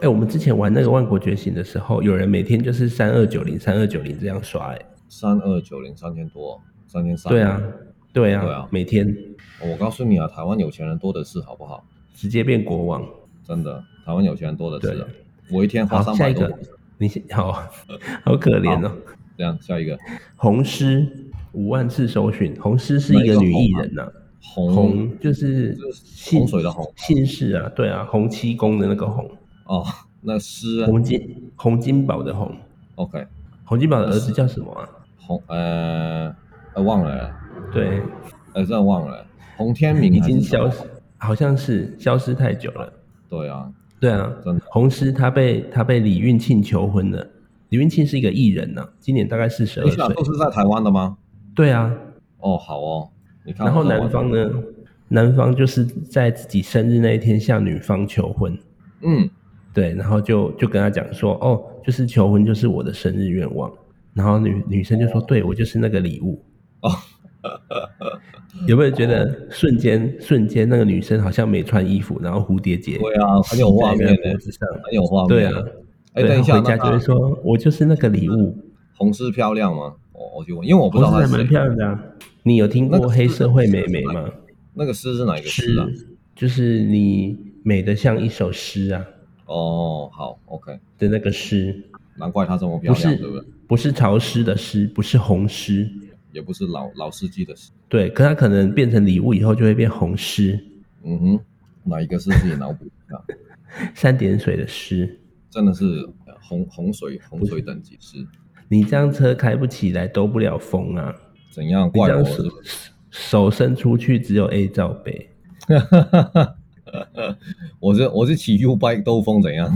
[SPEAKER 1] 哎、我们之前玩那个万国觉醒的时候，有人每天就是三二九零、三二九零这样刷、哎，
[SPEAKER 2] 三二九零三千多，三千三。
[SPEAKER 1] 对啊，对啊，
[SPEAKER 2] 对啊
[SPEAKER 1] 每天
[SPEAKER 2] 我告诉你啊，台湾有钱人多的是，好不好？
[SPEAKER 1] 直接变国王。
[SPEAKER 2] 真的，台湾有钱人多的是、啊
[SPEAKER 1] 对。
[SPEAKER 2] 我一天花
[SPEAKER 1] 好，
[SPEAKER 2] 三
[SPEAKER 1] 下
[SPEAKER 2] 百
[SPEAKER 1] 一
[SPEAKER 2] 多
[SPEAKER 1] 个，你先好，好可怜哦。
[SPEAKER 2] 这样下一个
[SPEAKER 1] 红狮五万次搜寻，红狮是一个女艺人呐、啊
[SPEAKER 2] 红嗯
[SPEAKER 1] 红就是
[SPEAKER 2] 就是
[SPEAKER 1] 姓
[SPEAKER 2] 洪水的洪
[SPEAKER 1] 姓氏啊，对啊，洪七公的那个洪，
[SPEAKER 2] 哦，那诗啊
[SPEAKER 1] 洪金洪金宝的洪，
[SPEAKER 2] ，OK，
[SPEAKER 1] 洪金宝的儿子叫什么啊？
[SPEAKER 2] 红呃呃忘了，
[SPEAKER 1] 对，
[SPEAKER 2] 呃真的忘了，洪天明
[SPEAKER 1] 已
[SPEAKER 2] 还是
[SPEAKER 1] 经
[SPEAKER 2] 什
[SPEAKER 1] 消
[SPEAKER 2] 么
[SPEAKER 1] 失，好像是消失太久了。
[SPEAKER 2] 对啊，
[SPEAKER 1] 对啊
[SPEAKER 2] 真的，
[SPEAKER 1] 红狮他被他被李运庆求婚了。李运庆是一个艺人呐、今年大概四十
[SPEAKER 2] 等
[SPEAKER 1] 二
[SPEAKER 2] 一下
[SPEAKER 1] 岁。
[SPEAKER 2] 都是在台湾的吗？
[SPEAKER 1] 对啊，
[SPEAKER 2] 哦，好哦，你看
[SPEAKER 1] 然后
[SPEAKER 2] 我在玩
[SPEAKER 1] 男方呢，男方就是在自己生日那一天向女方求婚，
[SPEAKER 2] 嗯，
[SPEAKER 1] 对，然后就就跟他讲说，哦，就是求婚就是我的生日愿望。然后女女生就说，对我就是那个礼物。
[SPEAKER 2] 哦，
[SPEAKER 1] (laughs) 有没有觉得瞬间瞬间那个女生好像没穿衣服，然后蝴蝶结
[SPEAKER 2] 对啊，很有画
[SPEAKER 1] 在
[SPEAKER 2] 面
[SPEAKER 1] 那个脖
[SPEAKER 2] 的，
[SPEAKER 1] 子上，
[SPEAKER 2] 很有画面。
[SPEAKER 1] 对啊，
[SPEAKER 2] 哎，
[SPEAKER 1] 对
[SPEAKER 2] 等一下，
[SPEAKER 1] 回家就
[SPEAKER 2] 那
[SPEAKER 1] 会
[SPEAKER 2] 她
[SPEAKER 1] 说，我就是那个礼物。
[SPEAKER 2] 红丝漂亮吗？我我就问，因为我不
[SPEAKER 1] 我
[SPEAKER 2] 知道
[SPEAKER 1] 是
[SPEAKER 2] 她
[SPEAKER 1] 还
[SPEAKER 2] 是
[SPEAKER 1] 蛮
[SPEAKER 2] 谁。
[SPEAKER 1] 漂亮的、啊。你有听
[SPEAKER 2] 那
[SPEAKER 1] 过
[SPEAKER 2] 个
[SPEAKER 1] 黑
[SPEAKER 2] 是
[SPEAKER 1] 社会
[SPEAKER 2] 是
[SPEAKER 1] 美
[SPEAKER 2] 是
[SPEAKER 1] 眉
[SPEAKER 2] 哪
[SPEAKER 1] 吗？
[SPEAKER 2] 那个诗是哪一个诗啊？
[SPEAKER 1] 就是你美的像一首诗啊
[SPEAKER 2] 哦，好，OK，
[SPEAKER 1] 的那个诗，
[SPEAKER 2] 难怪她这么漂
[SPEAKER 1] 不是
[SPEAKER 2] 亮，对不对？
[SPEAKER 1] 不是潮湿的湿，不是红湿。
[SPEAKER 2] 也不是老老司机的诗。
[SPEAKER 1] 对，可它可能变成礼物以后就会变红湿，
[SPEAKER 2] 嗯哼，哪一个是自己脑补一下？
[SPEAKER 1] 三点水的湿。
[SPEAKER 2] 真的是呃洪洪水洪水等级是
[SPEAKER 1] 你这样车开不起来，兜不了风啊！
[SPEAKER 2] 怎样？
[SPEAKER 1] 你
[SPEAKER 2] 怪
[SPEAKER 1] 这
[SPEAKER 2] 我
[SPEAKER 1] 样
[SPEAKER 2] 是
[SPEAKER 1] 手
[SPEAKER 2] 不是？
[SPEAKER 1] 手伸出去只有 A 罩杯，
[SPEAKER 2] (laughs) 我是我是骑 U bike 兜风怎样？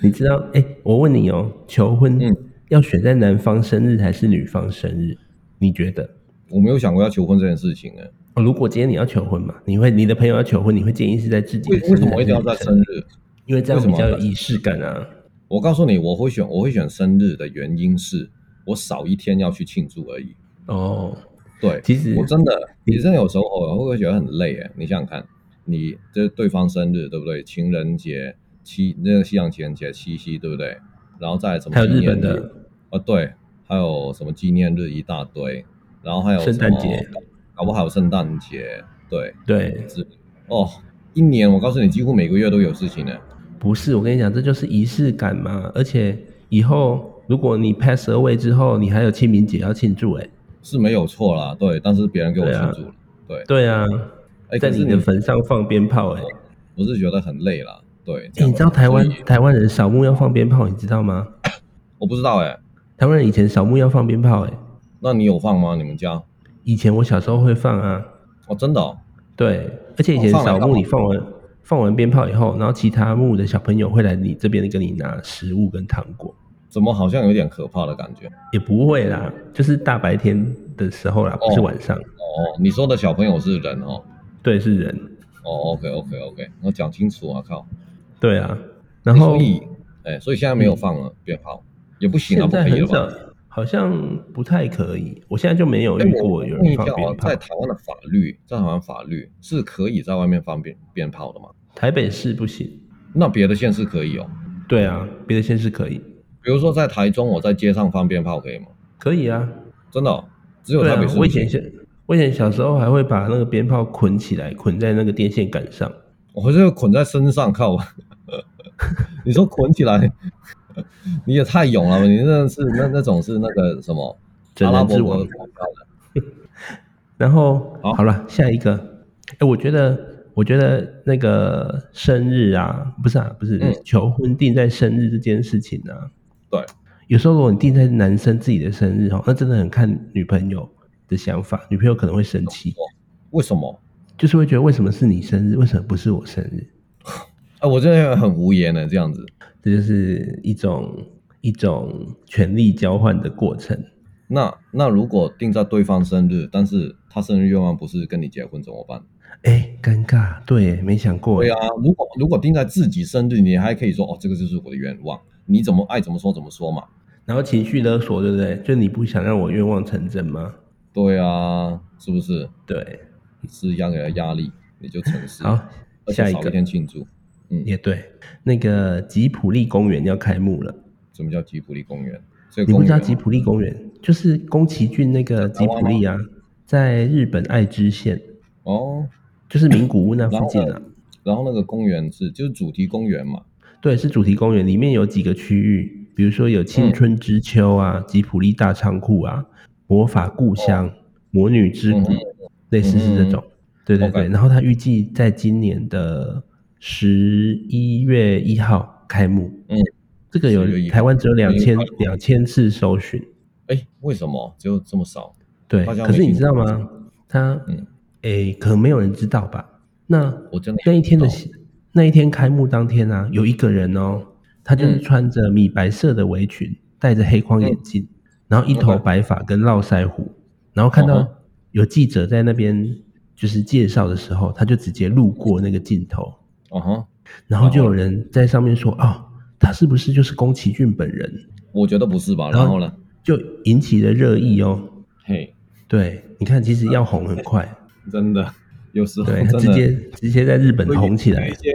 [SPEAKER 1] 你知道？哎、我问你哦，求婚、
[SPEAKER 2] 嗯
[SPEAKER 1] 要选在男方生日还是女方生日？你觉得？
[SPEAKER 2] 我没有想过要求婚这件事情哎、
[SPEAKER 1] 哦，如果今天你要求婚嘛，你会你的朋友要求婚，你会建议是在自己
[SPEAKER 2] 为
[SPEAKER 1] 的生
[SPEAKER 2] 为
[SPEAKER 1] 日
[SPEAKER 2] 什
[SPEAKER 1] 还
[SPEAKER 2] 么
[SPEAKER 1] 是
[SPEAKER 2] 一定要
[SPEAKER 1] 你
[SPEAKER 2] 在
[SPEAKER 1] 的
[SPEAKER 2] 生
[SPEAKER 1] 日？
[SPEAKER 2] 日？
[SPEAKER 1] 因为这样
[SPEAKER 2] 为什
[SPEAKER 1] 比
[SPEAKER 2] 么
[SPEAKER 1] 较
[SPEAKER 2] 要
[SPEAKER 1] 有
[SPEAKER 2] 在
[SPEAKER 1] 仪式感啊。
[SPEAKER 2] 我告诉你，我会选我会选生日的原因是我少一天要去庆祝而已。
[SPEAKER 1] 哦，
[SPEAKER 2] 对，
[SPEAKER 1] 其实
[SPEAKER 2] 我真的，你真的有时候会不会觉得很累？哎，你想想看，你这对方生日对不对？情人节、七那个西洋情人节、七夕对不对？然后再来什么
[SPEAKER 1] 还有
[SPEAKER 2] 纪
[SPEAKER 1] 日
[SPEAKER 2] 念
[SPEAKER 1] 本
[SPEAKER 2] 日
[SPEAKER 1] 的
[SPEAKER 2] 啊，对，还有什么纪念日一大堆，然后还有
[SPEAKER 1] 圣诞节
[SPEAKER 2] 什么，搞不好还有圣诞节，对，
[SPEAKER 1] 对，
[SPEAKER 2] 哦，一年我告诉你，几乎每个月都有事情呢。
[SPEAKER 1] 不是我跟你讲，这就是仪式感嘛。而且以后如果你 pass away 之后，你还有清明节要庆祝哎、
[SPEAKER 2] 是没有错啦，对，但是别人给我
[SPEAKER 1] 对
[SPEAKER 2] 庆
[SPEAKER 1] 啊
[SPEAKER 2] 祝了，对，
[SPEAKER 1] 对啊，
[SPEAKER 2] 哎，
[SPEAKER 1] 在
[SPEAKER 2] 可是
[SPEAKER 1] 你的坟上放鞭炮哎、
[SPEAKER 2] 我是觉得很累啦，对，
[SPEAKER 1] 哎
[SPEAKER 2] 这样
[SPEAKER 1] 你知道台湾
[SPEAKER 2] 所以
[SPEAKER 1] 台湾人扫墓要放鞭炮，你知道吗？
[SPEAKER 2] 我不知道哎，
[SPEAKER 1] 台湾人以前扫墓要放鞭炮哎、
[SPEAKER 2] 那你有放吗？你们家？
[SPEAKER 1] 以前我小时候会放啊。
[SPEAKER 2] 哦，真的、哦，
[SPEAKER 1] 对，而且以前
[SPEAKER 2] 哦放
[SPEAKER 1] 扫
[SPEAKER 2] 完
[SPEAKER 1] 墓，
[SPEAKER 2] 干
[SPEAKER 1] 你
[SPEAKER 2] 嘛
[SPEAKER 1] 放完放完鞭炮以后，然后其他墓的小朋友会来你这边跟你拿食物跟糖果，
[SPEAKER 2] 怎么好像有点可怕的感觉？哦
[SPEAKER 1] 也不会啦，就是大白天的时候啦，不是
[SPEAKER 2] 哦
[SPEAKER 1] 晚上。
[SPEAKER 2] 哦，你说的小朋友是人哦，
[SPEAKER 1] 对，是人。
[SPEAKER 2] 哦，OK OK OK，我讲清楚啊，靠，
[SPEAKER 1] 对啊，然后
[SPEAKER 2] 所以，哎，所以现在没有放了，鞭炮也不行啊，
[SPEAKER 1] 现
[SPEAKER 2] 不
[SPEAKER 1] 在
[SPEAKER 2] 可以
[SPEAKER 1] 很
[SPEAKER 2] 了
[SPEAKER 1] 少
[SPEAKER 2] 吧？，
[SPEAKER 1] 好像不太可以。我现在就没有遇过有
[SPEAKER 2] 哎问
[SPEAKER 1] 人
[SPEAKER 2] 一下
[SPEAKER 1] 放
[SPEAKER 2] 哦
[SPEAKER 1] 鞭，炮
[SPEAKER 2] 在。台湾的法律，在台湾法律是可以在外面放鞭鞭炮的吗？
[SPEAKER 1] 台北市不行。
[SPEAKER 2] 那别的县市可以哦，
[SPEAKER 1] 对啊，别的县市可以，
[SPEAKER 2] 比如说在台中，我在街上放鞭炮可以吗？
[SPEAKER 1] 可以啊。
[SPEAKER 2] 真的、哦，只有
[SPEAKER 1] 对
[SPEAKER 2] 台
[SPEAKER 1] 啊
[SPEAKER 2] 北市、，
[SPEAKER 1] 我以前小我以前小时候还会把那个鞭炮捆起来，捆在那个电线杆上。
[SPEAKER 2] 我这个捆在身上靠， (laughs) 你说捆起来，你也太勇了吧？你那是那那种是那个什么
[SPEAKER 1] 整
[SPEAKER 2] 阿拉
[SPEAKER 1] 人
[SPEAKER 2] 伯
[SPEAKER 1] 之
[SPEAKER 2] 国
[SPEAKER 1] 王
[SPEAKER 2] 的国家的
[SPEAKER 1] 然后
[SPEAKER 2] 好
[SPEAKER 1] 好了，下一个，哎、我觉得，我觉得那个生日啊，不是啊，不是、
[SPEAKER 2] 嗯
[SPEAKER 1] 求婚定在生日这件事情啊，
[SPEAKER 2] 对，
[SPEAKER 1] 有时候如果你定在男生自己的生日哦，那真的很看女朋友的想法，女朋友可能会生气，
[SPEAKER 2] 为什么？
[SPEAKER 1] 就是会觉得为什么是你生日，为什么不是我生日？
[SPEAKER 2] 啊，我真的很无言呢，这样子。
[SPEAKER 1] 这就是一种一种权力交换的过程。
[SPEAKER 2] 那那如果定在对方生日，但是他生日愿望不是跟你结婚怎么办？
[SPEAKER 1] 哎，尴尬，对耶，没想过
[SPEAKER 2] 对
[SPEAKER 1] 耶。
[SPEAKER 2] 啊，如果如果定在自己生日，你还可以说哦，这个就是我的愿望，你怎么爱怎么说怎么说嘛。
[SPEAKER 1] 然后情绪勒索，对不对？就你不想让我愿望成真吗？
[SPEAKER 2] 对啊，是不是？
[SPEAKER 1] 对，
[SPEAKER 2] 是压给他压力，你就诚实，
[SPEAKER 1] 好，
[SPEAKER 2] 而
[SPEAKER 1] 下
[SPEAKER 2] 且
[SPEAKER 1] 一
[SPEAKER 2] 少一
[SPEAKER 1] 个
[SPEAKER 2] 天庆祝。
[SPEAKER 1] 啊也对。那个吉普力公园要开幕了，
[SPEAKER 2] 什么叫吉普力公园？这个
[SPEAKER 1] 你不
[SPEAKER 2] 公
[SPEAKER 1] 知
[SPEAKER 2] 园
[SPEAKER 1] 道
[SPEAKER 2] 啊
[SPEAKER 1] 吉普力公园就是宫崎骏那个吉普力啊，在日本爱知县，
[SPEAKER 2] 哦，
[SPEAKER 1] 就是名古屋那
[SPEAKER 2] 然
[SPEAKER 1] 附
[SPEAKER 2] 后
[SPEAKER 1] 近啊
[SPEAKER 2] 呢。然后那个公园是就是主题公园嘛，
[SPEAKER 1] 对，是主题公园，里面有几个区域，比如说有
[SPEAKER 2] 嗯
[SPEAKER 1] 青春之丘啊、吉普力大仓库啊、魔法故乡、魔女之谷，
[SPEAKER 2] 哦嗯
[SPEAKER 1] 类似是这种。对对
[SPEAKER 2] OK
[SPEAKER 1] 对，然后它预计在今年的十一月一号开幕。
[SPEAKER 2] 嗯，
[SPEAKER 1] 这个有
[SPEAKER 2] 11月1号
[SPEAKER 1] 台湾只有两千
[SPEAKER 2] 明白
[SPEAKER 1] 两千次搜寻，
[SPEAKER 2] 哎，为什么只有这么少？
[SPEAKER 1] 对。
[SPEAKER 2] 大家
[SPEAKER 1] 可是
[SPEAKER 2] 没
[SPEAKER 1] 你
[SPEAKER 2] 听
[SPEAKER 1] 知道
[SPEAKER 2] 过
[SPEAKER 1] 吗？它
[SPEAKER 2] 嗯，
[SPEAKER 1] 诶，可能没有人知道吧？那
[SPEAKER 2] 我真的
[SPEAKER 1] 那一天的
[SPEAKER 2] 不知
[SPEAKER 1] 那一天开幕当天啊，有一个人哦，他就是
[SPEAKER 2] 嗯
[SPEAKER 1] 穿着米白色的围裙，戴着黑框眼镜，
[SPEAKER 2] 嗯
[SPEAKER 1] 然后一头
[SPEAKER 2] OK
[SPEAKER 1] 白发跟络腮胡，然后看
[SPEAKER 2] 嗯
[SPEAKER 1] 到
[SPEAKER 2] 哼
[SPEAKER 1] 有记者在那边就是介绍的时候，他就直接路过那个镜头，
[SPEAKER 2] 道。啊哈，
[SPEAKER 1] 然后就有人在上面说哦，他是不是就是宫崎骏本人？
[SPEAKER 2] 我觉得不是吧？
[SPEAKER 1] 然后
[SPEAKER 2] 然后呢？
[SPEAKER 1] 就引起了热议哦。
[SPEAKER 2] 嘿，
[SPEAKER 1] 对，你看，其实要红很
[SPEAKER 2] (laughs)
[SPEAKER 1] 快，
[SPEAKER 2] 真的，有时候
[SPEAKER 1] 对
[SPEAKER 2] 真
[SPEAKER 1] 他
[SPEAKER 2] 的
[SPEAKER 1] 直接直接在日本
[SPEAKER 2] 对于
[SPEAKER 1] 红起来
[SPEAKER 2] 对于一。些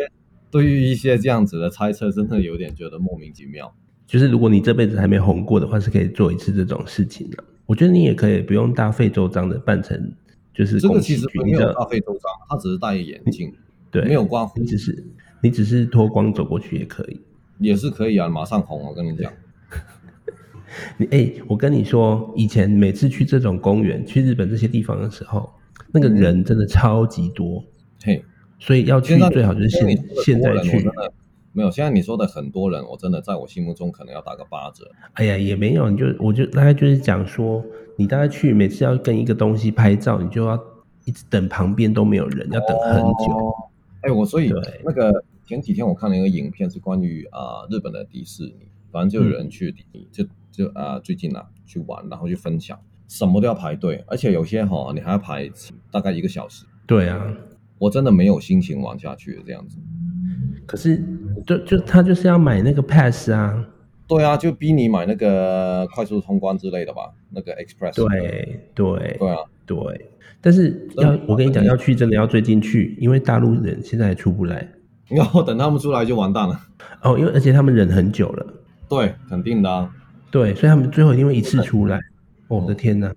[SPEAKER 2] 对于一些这样子的猜测，真的有点觉得莫名其妙。
[SPEAKER 1] 就是如果你这辈子还没红过的话，是可以做一次这种事情的、我觉得你也可以不用大费周章的办成，就是
[SPEAKER 2] 这
[SPEAKER 1] 宫
[SPEAKER 2] 个
[SPEAKER 1] 崎
[SPEAKER 2] 其实
[SPEAKER 1] 骏，
[SPEAKER 2] 没
[SPEAKER 1] 你只
[SPEAKER 2] 有
[SPEAKER 1] 要
[SPEAKER 2] 大费周章，他只是戴眼镜，
[SPEAKER 1] 嗯对，
[SPEAKER 2] 没有，刮胡
[SPEAKER 1] 你只是你只是脱光走过去也可以。
[SPEAKER 2] 也是可以啊，马上红。我跟你讲，
[SPEAKER 1] 你哎、我跟你说，以前每次去这种公园、去日本这些地方的时候，那个人真的超级多，
[SPEAKER 2] 嘿，
[SPEAKER 1] 所以要去
[SPEAKER 2] 现在
[SPEAKER 1] 最好就是
[SPEAKER 2] 现在你
[SPEAKER 1] 现
[SPEAKER 2] 说的
[SPEAKER 1] 现
[SPEAKER 2] 多
[SPEAKER 1] 在
[SPEAKER 2] 人，我真
[SPEAKER 1] 去。
[SPEAKER 2] 的没有。现在你说的很多人，我真的在我心目中可能要打个八折。
[SPEAKER 1] 哎呀，也没有，你就我就大概就是讲说，你大概去每次要跟一个东西拍照，你就要一直等旁边都没有人，要等很久。
[SPEAKER 2] 哦。哎、我所以
[SPEAKER 1] 对
[SPEAKER 2] 那个前几天我看了一个影片，是关于啊、日本的迪士尼，反正就有人
[SPEAKER 1] 嗯
[SPEAKER 2] 去迪士尼，就就啊、最近啊去玩，然后去分享，什么都要排队，而且有些哈、你还要排大概一个小时，
[SPEAKER 1] 对啊，
[SPEAKER 2] 我真的没有心情玩下去了这样子。
[SPEAKER 1] 可是就就他就是要买那个 pass 啊，
[SPEAKER 2] 对啊，就逼你买那个快速通关之类的吧，那个 Express。
[SPEAKER 1] 对对
[SPEAKER 2] 对啊，
[SPEAKER 1] 对，呃但是要我跟你讲，要去真的要最近去，因为大陆人现在还出不来
[SPEAKER 2] 然后等他们出来就完蛋了。
[SPEAKER 1] 哦，因为而且他们忍很久了，
[SPEAKER 2] 对，肯定的、啊。
[SPEAKER 1] 对，所以他们最后一定会一次出来。哦我的天哪，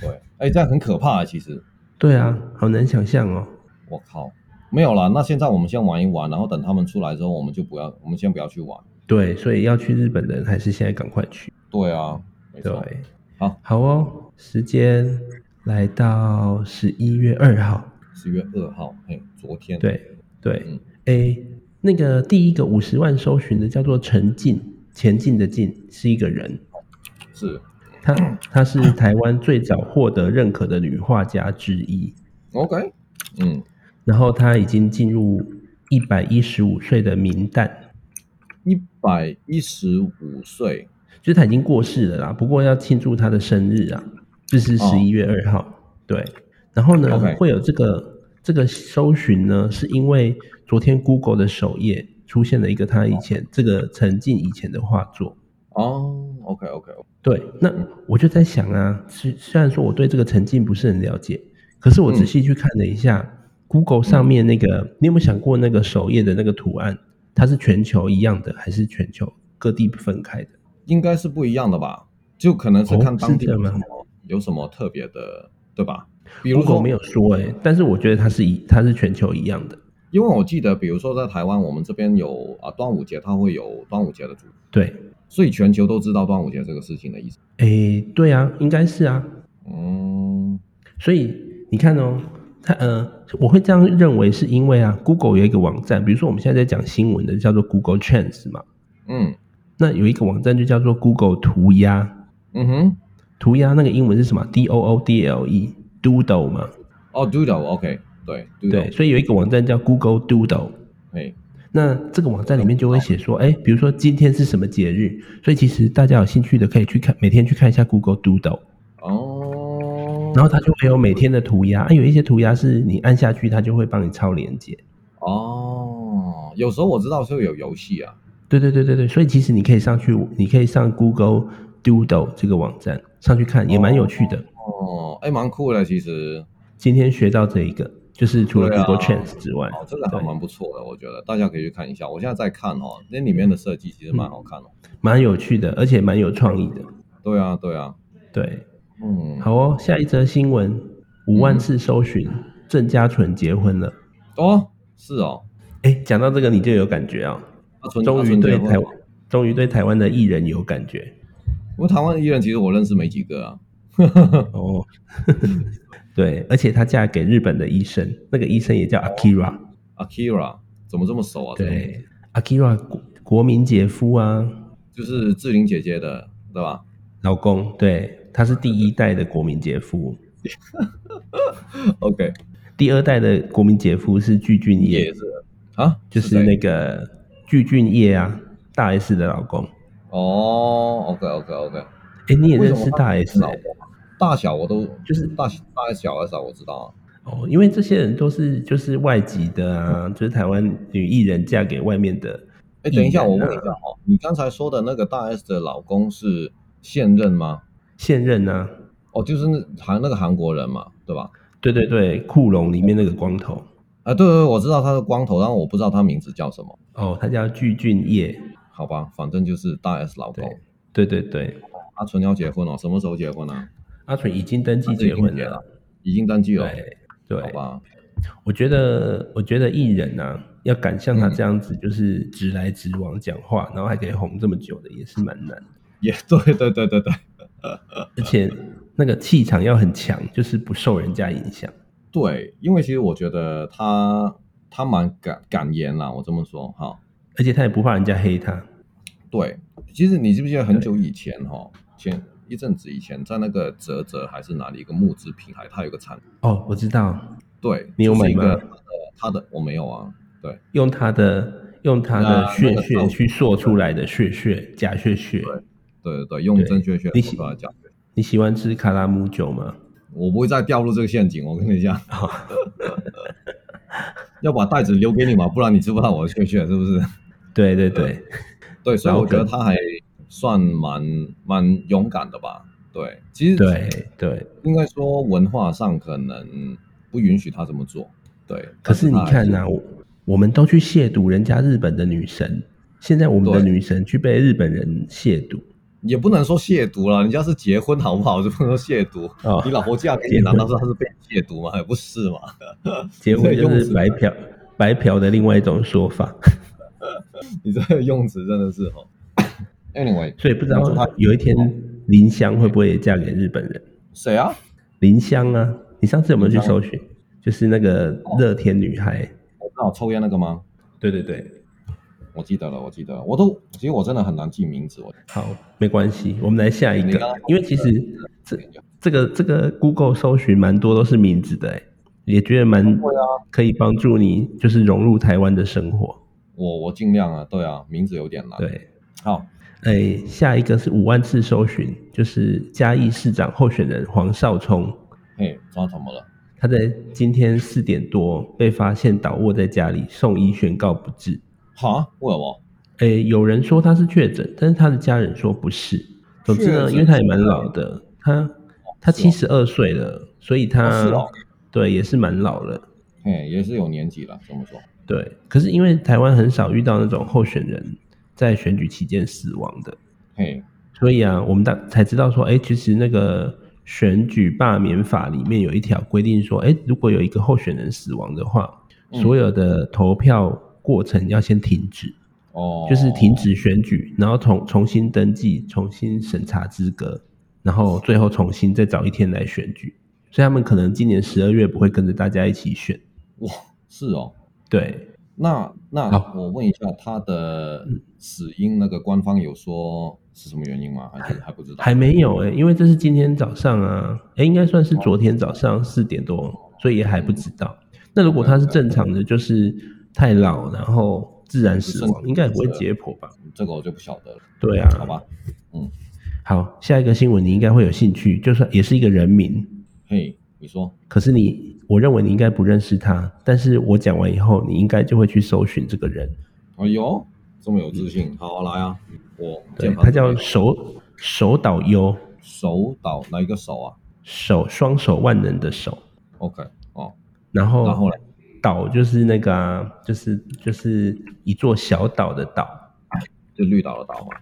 [SPEAKER 2] 对，哎、这样很可怕、啊，其实。
[SPEAKER 1] 对啊，好难想象哦。
[SPEAKER 2] 我靠，没有啦。那现在我们先玩一玩，然后等他们出来之后，我们就不要，我们先不要去玩。
[SPEAKER 1] 对，所以要去日本的人还是现在赶快去。
[SPEAKER 2] 对啊，没
[SPEAKER 1] 对
[SPEAKER 2] 错。，好，
[SPEAKER 1] 好哦，时间来到十一月二号。
[SPEAKER 2] 十月二号，嘿，昨天。，
[SPEAKER 1] 对对
[SPEAKER 2] 嗯，
[SPEAKER 1] 诶、那个第一个五十万搜寻的叫做陈进，前进的进是一个人，
[SPEAKER 2] 是 (clears throat)
[SPEAKER 1] 她她是台湾最早获得认可的女画家之一，
[SPEAKER 2] OK。嗯，
[SPEAKER 1] 然后她已经进入一百一十五岁的明代，
[SPEAKER 2] 一百一十五岁，
[SPEAKER 1] 就是她已经过世了啦，不过要庆祝她的生日啊，这是
[SPEAKER 2] 哦
[SPEAKER 1] 十一月二号，对，然后呢
[SPEAKER 2] OK
[SPEAKER 1] 会有这个这个搜寻呢，是因为昨天 Google 的首页出现了一个她以前、这个陈静以前的画作。
[SPEAKER 2] 哦，OK OK，
[SPEAKER 1] 对，那我就在想啊，虽虽然说我对这个沉浸不是很了解，可是我
[SPEAKER 2] 嗯
[SPEAKER 1] 仔细去看了一下、Google 上面那个，你有没有想过那个首页的那个图案，它是全球一样的，还是全球各地分开的？
[SPEAKER 2] 应该是不一样的吧？就可能是
[SPEAKER 1] 哦
[SPEAKER 2] 看当
[SPEAKER 1] 是
[SPEAKER 2] 地
[SPEAKER 1] 这
[SPEAKER 2] 有
[SPEAKER 1] 样
[SPEAKER 2] 什
[SPEAKER 1] 吗
[SPEAKER 2] 么、有什么特别的，对吧？
[SPEAKER 1] 比
[SPEAKER 2] 比如说
[SPEAKER 1] 没有说哎、但是我觉得它是一，它是全球一样的。
[SPEAKER 2] 因为我记得，比如说在台湾，我们这边有啊端午节，它会有端午节的主，
[SPEAKER 1] 对，
[SPEAKER 2] 所以全球都知道端午节这个事情的意思。
[SPEAKER 1] 诶，对啊，应该是啊。
[SPEAKER 2] 嗯，
[SPEAKER 1] 所以你看哦，它呃，我会这样认为，是因为啊，Google 有一个网站，比如说我们现在在讲新闻的，叫做 Google Trends 嘛。
[SPEAKER 2] 嗯，
[SPEAKER 1] 那有一个网站就叫做 Google 涂鸦，
[SPEAKER 2] 嗯哼，
[SPEAKER 1] 涂鸦那个英文是什么？D O O D L E，Doodle 嘛。
[SPEAKER 2] 哦，Doodle，OK，对
[SPEAKER 1] 对，
[SPEAKER 2] ，Doodle，
[SPEAKER 1] 所以有一个网站叫 Google Doodle。
[SPEAKER 2] 哎，
[SPEAKER 1] 那这个网站里面就会写说，哎，比如说今天是什么节日，所以其实大家有兴趣的可以去看，每天去看一下 Google Doodle，
[SPEAKER 2] 哦，
[SPEAKER 1] 然后它就会有每天的涂鸦，啊，有一些涂鸦是你按下去，它就会帮你抄连接。
[SPEAKER 2] 哦，有时候我知道是有游戏啊，
[SPEAKER 1] 对对对对对，所以其实你可以上去，你可以上 Google Doodle 这个网站上去看，也蛮有趣的。
[SPEAKER 2] 哦，哎，蛮酷的，其实，
[SPEAKER 1] 今天学到这一个，就是除了
[SPEAKER 2] 对啊
[SPEAKER 1] Google Trends 之外，
[SPEAKER 2] 哦，这个还蛮不错的，我觉得大家可以去看一下。我现在在看哦，那里面的设计其实蛮好看哦。
[SPEAKER 1] 蛮有趣的，而且蛮有创意的。
[SPEAKER 2] 对啊，对啊，
[SPEAKER 1] 对，
[SPEAKER 2] 嗯，
[SPEAKER 1] 好哦，下一则新闻，五万次搜寻，郑家纯结婚了。
[SPEAKER 2] 哦，是哦，
[SPEAKER 1] 哎，讲到这个你就有感觉啊、
[SPEAKER 2] 他纯
[SPEAKER 1] 终
[SPEAKER 2] 他
[SPEAKER 1] 于
[SPEAKER 2] 纯
[SPEAKER 1] 对
[SPEAKER 2] 结婚
[SPEAKER 1] 台
[SPEAKER 2] 了
[SPEAKER 1] 湾，终于对台湾的艺人有感觉
[SPEAKER 2] 因为台湾的艺人其实我认识没几个啊。
[SPEAKER 1] 哦。 (laughs) 对，而且她嫁给日本的医生，那个医生也叫 Akira，、
[SPEAKER 2] Akira 怎么这么熟啊？这个名字，
[SPEAKER 1] 对，Akira 国国民姐夫啊，
[SPEAKER 2] 就是志玲姐姐的，对吧？
[SPEAKER 1] 老公，对，他是第一代的国民姐夫，
[SPEAKER 2] (laughs) OK，
[SPEAKER 1] 第二代的国民姐夫是具俊
[SPEAKER 2] 也
[SPEAKER 1] 晔，
[SPEAKER 2] 是啊，
[SPEAKER 1] 就是
[SPEAKER 2] 谁
[SPEAKER 1] 那个具俊晔啊，大 S 的老公。
[SPEAKER 2] 哦，OK OK OK，
[SPEAKER 1] 哎，你也
[SPEAKER 2] 为什
[SPEAKER 1] 认
[SPEAKER 2] 么
[SPEAKER 1] 识大
[SPEAKER 2] 他
[SPEAKER 1] S
[SPEAKER 2] 老
[SPEAKER 1] 欸、
[SPEAKER 2] 婆大小我都
[SPEAKER 1] 就是
[SPEAKER 2] 大大 S 小 S 啊，我知道啊。
[SPEAKER 1] 哦，因为这些人都是就是外籍的啊，就是台湾女艺人嫁给外面的。
[SPEAKER 2] 哎，等一下，
[SPEAKER 1] 艺人
[SPEAKER 2] 我
[SPEAKER 1] 啊
[SPEAKER 2] 问一下哦，你刚才说的那个大 S 的老公是现任吗？
[SPEAKER 1] 现任呢、啊？
[SPEAKER 2] 哦，就是那韩那个韩国人嘛，对吧？
[SPEAKER 1] 对对对，库龙里面那个光头
[SPEAKER 2] 啊，对对对，我知道他是光头，但我不知道他名字叫什么。
[SPEAKER 1] 哦，他叫具俊晔。
[SPEAKER 2] 好吧，反正就是大 S 老公
[SPEAKER 1] 对。对对对，
[SPEAKER 2] 阿纯要结婚了，什么时候结婚啊？
[SPEAKER 1] 阿纯已经登记
[SPEAKER 2] 他是已
[SPEAKER 1] 结
[SPEAKER 2] 经
[SPEAKER 1] 婚
[SPEAKER 2] 结了
[SPEAKER 1] 了。，
[SPEAKER 2] 已经登记了，
[SPEAKER 1] 对对
[SPEAKER 2] 好，吧？
[SPEAKER 1] 我觉得我觉得艺人啊，要敢像
[SPEAKER 2] 嗯
[SPEAKER 1] 他这样子，就是直来直往讲话，然后还可以红这么久的，也是蛮难。
[SPEAKER 2] 也对对对对对
[SPEAKER 1] 而且那个气场要很强，就是不受人家影响。
[SPEAKER 2] 对，因为其实我觉得他他蛮敢敢言啦，我这么说哈。
[SPEAKER 1] 而且他也不怕人家黑他。
[SPEAKER 2] 对，其实你记不记得很久以前哈，前一阵子以前在那个泽泽还是哪里一个募资平台，它有个产
[SPEAKER 1] 哦，我知道，
[SPEAKER 2] 对，
[SPEAKER 1] 你有
[SPEAKER 2] 就是
[SPEAKER 1] 买
[SPEAKER 2] 一
[SPEAKER 1] 吗
[SPEAKER 2] 个它的我没有啊，对
[SPEAKER 1] 用他的用他的
[SPEAKER 2] 那那
[SPEAKER 1] 血
[SPEAKER 2] 个
[SPEAKER 1] 血
[SPEAKER 2] 照
[SPEAKER 1] 去塑出来的血血假血血。
[SPEAKER 2] 对对对，用
[SPEAKER 1] 对
[SPEAKER 2] 正确血
[SPEAKER 1] 你
[SPEAKER 2] 统
[SPEAKER 1] 喜
[SPEAKER 2] 出来讲，
[SPEAKER 1] 你喜欢吃卡拉姆酒吗？
[SPEAKER 2] 我不会再掉入这个陷阱，我跟
[SPEAKER 1] (laughs)
[SPEAKER 2] 你讲。要把袋子留给你嘛，不然你吃不到我的血血，是不是？
[SPEAKER 1] 对对对，
[SPEAKER 2] 对，所
[SPEAKER 1] 然
[SPEAKER 2] 以
[SPEAKER 1] 后
[SPEAKER 2] 我觉得
[SPEAKER 1] 跟
[SPEAKER 2] 他还算蛮蛮勇敢的吧。对，其实
[SPEAKER 1] 对对。
[SPEAKER 2] 应该说文化上可能不允许他这么做。对，
[SPEAKER 1] 可是你
[SPEAKER 2] 但他还
[SPEAKER 1] 看呐、啊我我们都去亵渎人家日本的女神，现在我们的
[SPEAKER 2] 对
[SPEAKER 1] 女神去被日本人亵渎。
[SPEAKER 2] 也不能说亵渎了，人家是结婚好不好？就不能说亵渎。
[SPEAKER 1] 哦
[SPEAKER 2] 你老婆嫁
[SPEAKER 1] (laughs)
[SPEAKER 2] 给你，
[SPEAKER 1] 结婚
[SPEAKER 2] 难道说她是被亵渎吗？也不是嘛。
[SPEAKER 1] 结
[SPEAKER 2] 这
[SPEAKER 1] 婚
[SPEAKER 2] 个
[SPEAKER 1] 就
[SPEAKER 2] 用
[SPEAKER 1] 是
[SPEAKER 2] 词
[SPEAKER 1] 白嫖，白嫖的另外一种说法。
[SPEAKER 2] 你这个用词真的是哦。Anyway，
[SPEAKER 1] 所以不知
[SPEAKER 2] 你说
[SPEAKER 1] 道
[SPEAKER 2] 他
[SPEAKER 1] 有一天林香会不会也嫁给日本人？
[SPEAKER 2] 谁啊？
[SPEAKER 1] 林香啊，你上次有没有去
[SPEAKER 2] 林香
[SPEAKER 1] 搜寻？就是那个乐天女孩。
[SPEAKER 2] 我知道抽烟那个吗？
[SPEAKER 1] 对对对，
[SPEAKER 2] 我记得了，我记得了，我都其实我真的很难记名字。我
[SPEAKER 1] 好，没关系，我们来下一
[SPEAKER 2] 你刚
[SPEAKER 1] 个
[SPEAKER 2] 刚，
[SPEAKER 1] 因为其实这这个这个 Google 搜寻蛮多都是名字的、欸，也觉得蛮
[SPEAKER 2] 会啊，
[SPEAKER 1] 可以帮助你就是融入台湾的生活。
[SPEAKER 2] 我我尽量啊，对啊，名字有点难。，
[SPEAKER 1] 对，
[SPEAKER 2] 好，
[SPEAKER 1] 哎、下一个是五万次搜寻，就是嘉义市长候选人黄少聪，
[SPEAKER 2] 嘿，抓怎么了？
[SPEAKER 1] 他在今天四点多被发现倒卧在家里，送医宣告不治。
[SPEAKER 2] 哈，哦为什么？
[SPEAKER 1] 诶，有人说他是确诊，但是他的家人说不是。总之
[SPEAKER 2] 确
[SPEAKER 1] 呢，
[SPEAKER 2] 诊
[SPEAKER 1] 因为他也蛮老的，他他
[SPEAKER 2] 是
[SPEAKER 1] 七
[SPEAKER 2] 哦
[SPEAKER 1] 十二岁了，所以他、
[SPEAKER 2] 哦是哦
[SPEAKER 1] 对也是蛮老了。
[SPEAKER 2] 嘿，也是有年纪了，这么说。
[SPEAKER 1] 对，可是因为台湾很少遇到那种候选人在选举期间死亡的，
[SPEAKER 2] 嘿，
[SPEAKER 1] 所以啊，我们大才知道说，哎，其实那个选举罢免法里面有一条规定说，哎，如果有一个候选人死亡的话，
[SPEAKER 2] 嗯
[SPEAKER 1] 所有的投票过程要先停止。
[SPEAKER 2] 哦，
[SPEAKER 1] 就是停止选举，然后重重新登记，重新审查资格，然后最后重新再找一天来选举。所以他们可能今年十二月不会跟着大家一起选，
[SPEAKER 2] 哇，是哦，
[SPEAKER 1] 对，
[SPEAKER 2] 那那
[SPEAKER 1] 好嗯
[SPEAKER 2] 我问一下，它的死因那个官方有说是什么原因吗？还是还不知道？
[SPEAKER 1] 还没有哎、因为这是今天早上啊，哎、应该算是昨天早上四点多，所以也还不知道。那如果他是正常的，就是太老，然后自然死亡，应该也不会解剖吧？
[SPEAKER 2] 这个我就不晓得了，
[SPEAKER 1] 对啊，
[SPEAKER 2] 好吧？
[SPEAKER 1] 好，下一个新闻你应该会有兴趣，就算也是一个人名，
[SPEAKER 2] 嘿，你说
[SPEAKER 1] 可是你，我认为你应该不认识他，但是我讲完以后，你应该就会去搜寻这个人。
[SPEAKER 2] 哎呦，这么有自信，好来啊！我
[SPEAKER 1] 对
[SPEAKER 2] 键，盘
[SPEAKER 1] 他叫
[SPEAKER 2] 准备
[SPEAKER 1] 手手岛优，
[SPEAKER 2] 手岛哪一个手啊
[SPEAKER 1] 手双手万能的手，
[SPEAKER 2] ？OK，哦，
[SPEAKER 1] 然后
[SPEAKER 2] 然后嘞，
[SPEAKER 1] 岛就是那个啊、就是就是一座小岛的岛，
[SPEAKER 2] 就绿岛的岛嘛。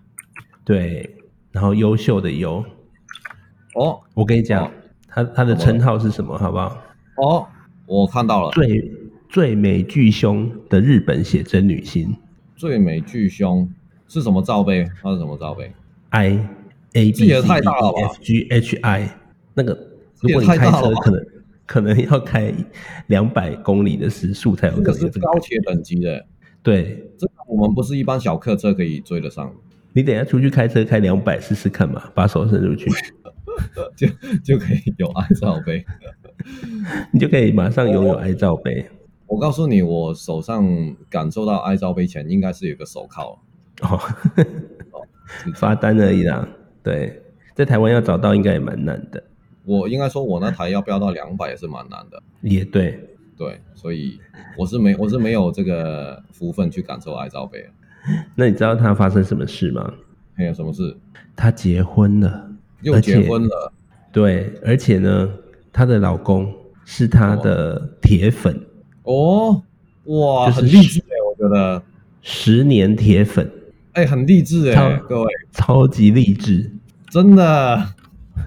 [SPEAKER 1] 对，然后优秀的优。
[SPEAKER 2] 哦
[SPEAKER 1] 我跟你讲，
[SPEAKER 2] 哦
[SPEAKER 1] 他他的称号是什么？好不好？
[SPEAKER 2] 哦，我看到了，
[SPEAKER 1] 最最美巨胸的日本写真女星
[SPEAKER 2] 最美巨胸是什么罩杯？它是什么罩杯？
[SPEAKER 1] I A B
[SPEAKER 2] 这
[SPEAKER 1] C D
[SPEAKER 2] 也太大了吧
[SPEAKER 1] E F G H I 那个，如果你
[SPEAKER 2] 这也太
[SPEAKER 1] 开
[SPEAKER 2] 大了
[SPEAKER 1] 车
[SPEAKER 2] 吧
[SPEAKER 1] 可能可能要开两百公里的时速才有
[SPEAKER 2] 这
[SPEAKER 1] 可
[SPEAKER 2] 个
[SPEAKER 1] 能有
[SPEAKER 2] 是
[SPEAKER 1] 这个。
[SPEAKER 2] 高铁等级的，
[SPEAKER 1] 对
[SPEAKER 2] 这个我们不是一般小客车可以追得上的， (laughs)
[SPEAKER 1] 你等一下出去开车开两百试试看嘛，把手伸出去，
[SPEAKER 2] 就就可以有爱罩杯。
[SPEAKER 1] 你就可以马上拥有癌罩杯。
[SPEAKER 2] 我告诉你，我手上感受到爱罩杯前，应该是有个手铐了。
[SPEAKER 1] 哦， (laughs)
[SPEAKER 2] 是 (laughs) 这样
[SPEAKER 1] 发单而已啦。对，在台湾要找到应该也蛮难的。
[SPEAKER 2] 我应该说，我那台要飙到两百也是蛮难的。
[SPEAKER 1] 也对，
[SPEAKER 2] 对，所以我是没我是没有这个福分去感受爱罩杯的。
[SPEAKER 1] 那你知道他发生什么事吗？
[SPEAKER 2] 还有什么事？
[SPEAKER 1] 他结婚了，
[SPEAKER 2] 又
[SPEAKER 1] 而且
[SPEAKER 2] 结婚了，
[SPEAKER 1] 对，而且呢，她的老公是她的铁粉，
[SPEAKER 2] 哦，哇，
[SPEAKER 1] 就是
[SPEAKER 2] 很励志哎，我觉得，
[SPEAKER 1] 十年铁粉，
[SPEAKER 2] 哎、很励志哎，
[SPEAKER 1] 超
[SPEAKER 2] 各位，
[SPEAKER 1] 超级励志。
[SPEAKER 2] 真的，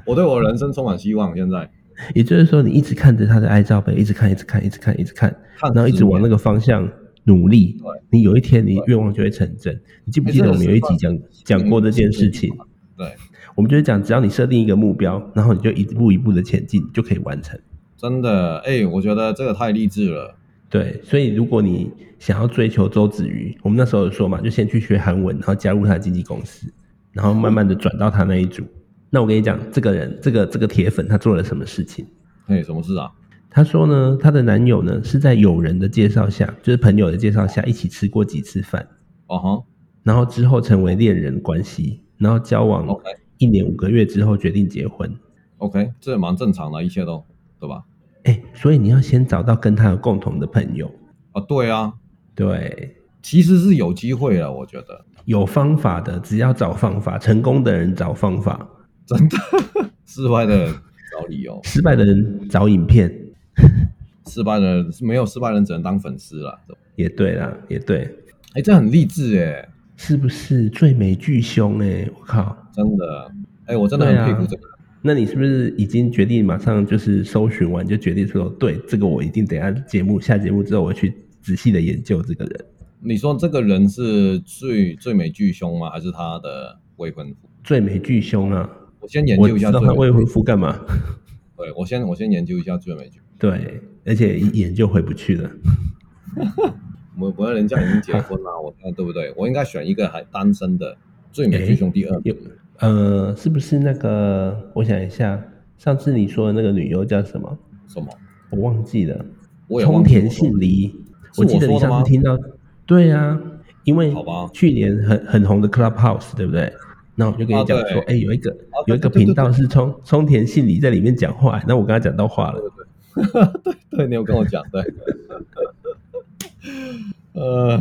[SPEAKER 2] 我对我人生充满希望。现在
[SPEAKER 1] 也就是说，你一直看着她的爱照呗，一直看，一直看，一直看，一直看，
[SPEAKER 2] 看
[SPEAKER 1] 然后一
[SPEAKER 2] 十
[SPEAKER 1] 直往那
[SPEAKER 2] 年
[SPEAKER 1] 个方向努力
[SPEAKER 2] 对，
[SPEAKER 1] 你有一天你愿望就会成真。你记不记
[SPEAKER 2] 哎
[SPEAKER 1] 得我
[SPEAKER 2] 这个
[SPEAKER 1] 们
[SPEAKER 2] 是
[SPEAKER 1] 有一集
[SPEAKER 2] 算
[SPEAKER 1] 讲讲过这件事情？
[SPEAKER 2] 对，
[SPEAKER 1] 我们就是讲，只要你设定一个目标，然后你就一步一步的前进，就可以完成。
[SPEAKER 2] 真的，哎、我觉得这个太励志了。
[SPEAKER 1] 对，所以如果你想要追求周子瑜，我们那时候有说嘛，就先去学韩文，然后加入他的经纪公司，然后慢慢的转到他那一组。那我跟你讲，这个人，这个这个铁粉，他做了什么事情？
[SPEAKER 2] 哎、什么事啊？
[SPEAKER 1] 他说呢，她的男友呢是在友人的介绍下，就是朋友的介绍下一起吃过几次饭，
[SPEAKER 2] 哦哈
[SPEAKER 1] 然后之后成为恋人关系，然后交往
[SPEAKER 2] ，OK
[SPEAKER 1] 一年五个月之后决定结婚。
[SPEAKER 2] OK，这蛮正常的，一切都对吧？
[SPEAKER 1] 哎，所以你要先找到跟他有共同的朋友，
[SPEAKER 2] 啊，对啊，
[SPEAKER 1] 对，
[SPEAKER 2] 其实是有机会了，我觉得
[SPEAKER 1] 有方法的，只要找方法，成功的人找方法，
[SPEAKER 2] 失败的人找理由， (laughs)
[SPEAKER 1] 失败的人找影片，
[SPEAKER 2] 失败的人没有失败的人只能当粉丝了。
[SPEAKER 1] 也对啦，也对，
[SPEAKER 2] 哎、这很励志哎，
[SPEAKER 1] 是不是最美巨凶哎、我靠，
[SPEAKER 2] 真的，哎、我真的很
[SPEAKER 1] 对啊
[SPEAKER 2] 佩服这个人。
[SPEAKER 1] 那你是不是已经决定马上就是搜寻完就决定说，对这个我一定等一下节目下节目之后我会去仔细的研究这个人
[SPEAKER 2] 你说这个人是最最美巨胸吗？还是他的未婚夫？
[SPEAKER 1] 最美巨凶啊？
[SPEAKER 2] 我先研
[SPEAKER 1] 我
[SPEAKER 2] 究一
[SPEAKER 1] 知
[SPEAKER 2] 下
[SPEAKER 1] 道
[SPEAKER 2] 最
[SPEAKER 1] 他
[SPEAKER 2] 美，
[SPEAKER 1] 未婚夫干嘛？
[SPEAKER 2] 对我先我先研究一下最美巨。
[SPEAKER 1] 对，而且一眼就回不去了。
[SPEAKER 2] 我不然人家已经结婚了，我看对不对？我应该选一个还单身的最美巨胸第二
[SPEAKER 1] 有呃，是不是那个？我想一下，上次你说的那个女优叫什么？
[SPEAKER 2] 什么？
[SPEAKER 1] 我忘记了。
[SPEAKER 2] 我也
[SPEAKER 1] 冲
[SPEAKER 2] 忘记
[SPEAKER 1] 田
[SPEAKER 2] 我说
[SPEAKER 1] 杏梨，
[SPEAKER 2] 是
[SPEAKER 1] 我记得
[SPEAKER 2] 我
[SPEAKER 1] 你
[SPEAKER 2] 说的
[SPEAKER 1] 上
[SPEAKER 2] 吗
[SPEAKER 1] 次听到，对啊，因为
[SPEAKER 2] 好吧
[SPEAKER 1] 去年很很红的 Clubhouse，对不对？那我就跟你讲说，
[SPEAKER 2] 啊
[SPEAKER 1] 哎，有一个
[SPEAKER 2] 啊
[SPEAKER 1] 有一个
[SPEAKER 2] 对对对
[SPEAKER 1] 频道是冲冲田杏梨在里面讲话，那我跟他讲到话了，
[SPEAKER 2] 对，你有跟我讲对。呃，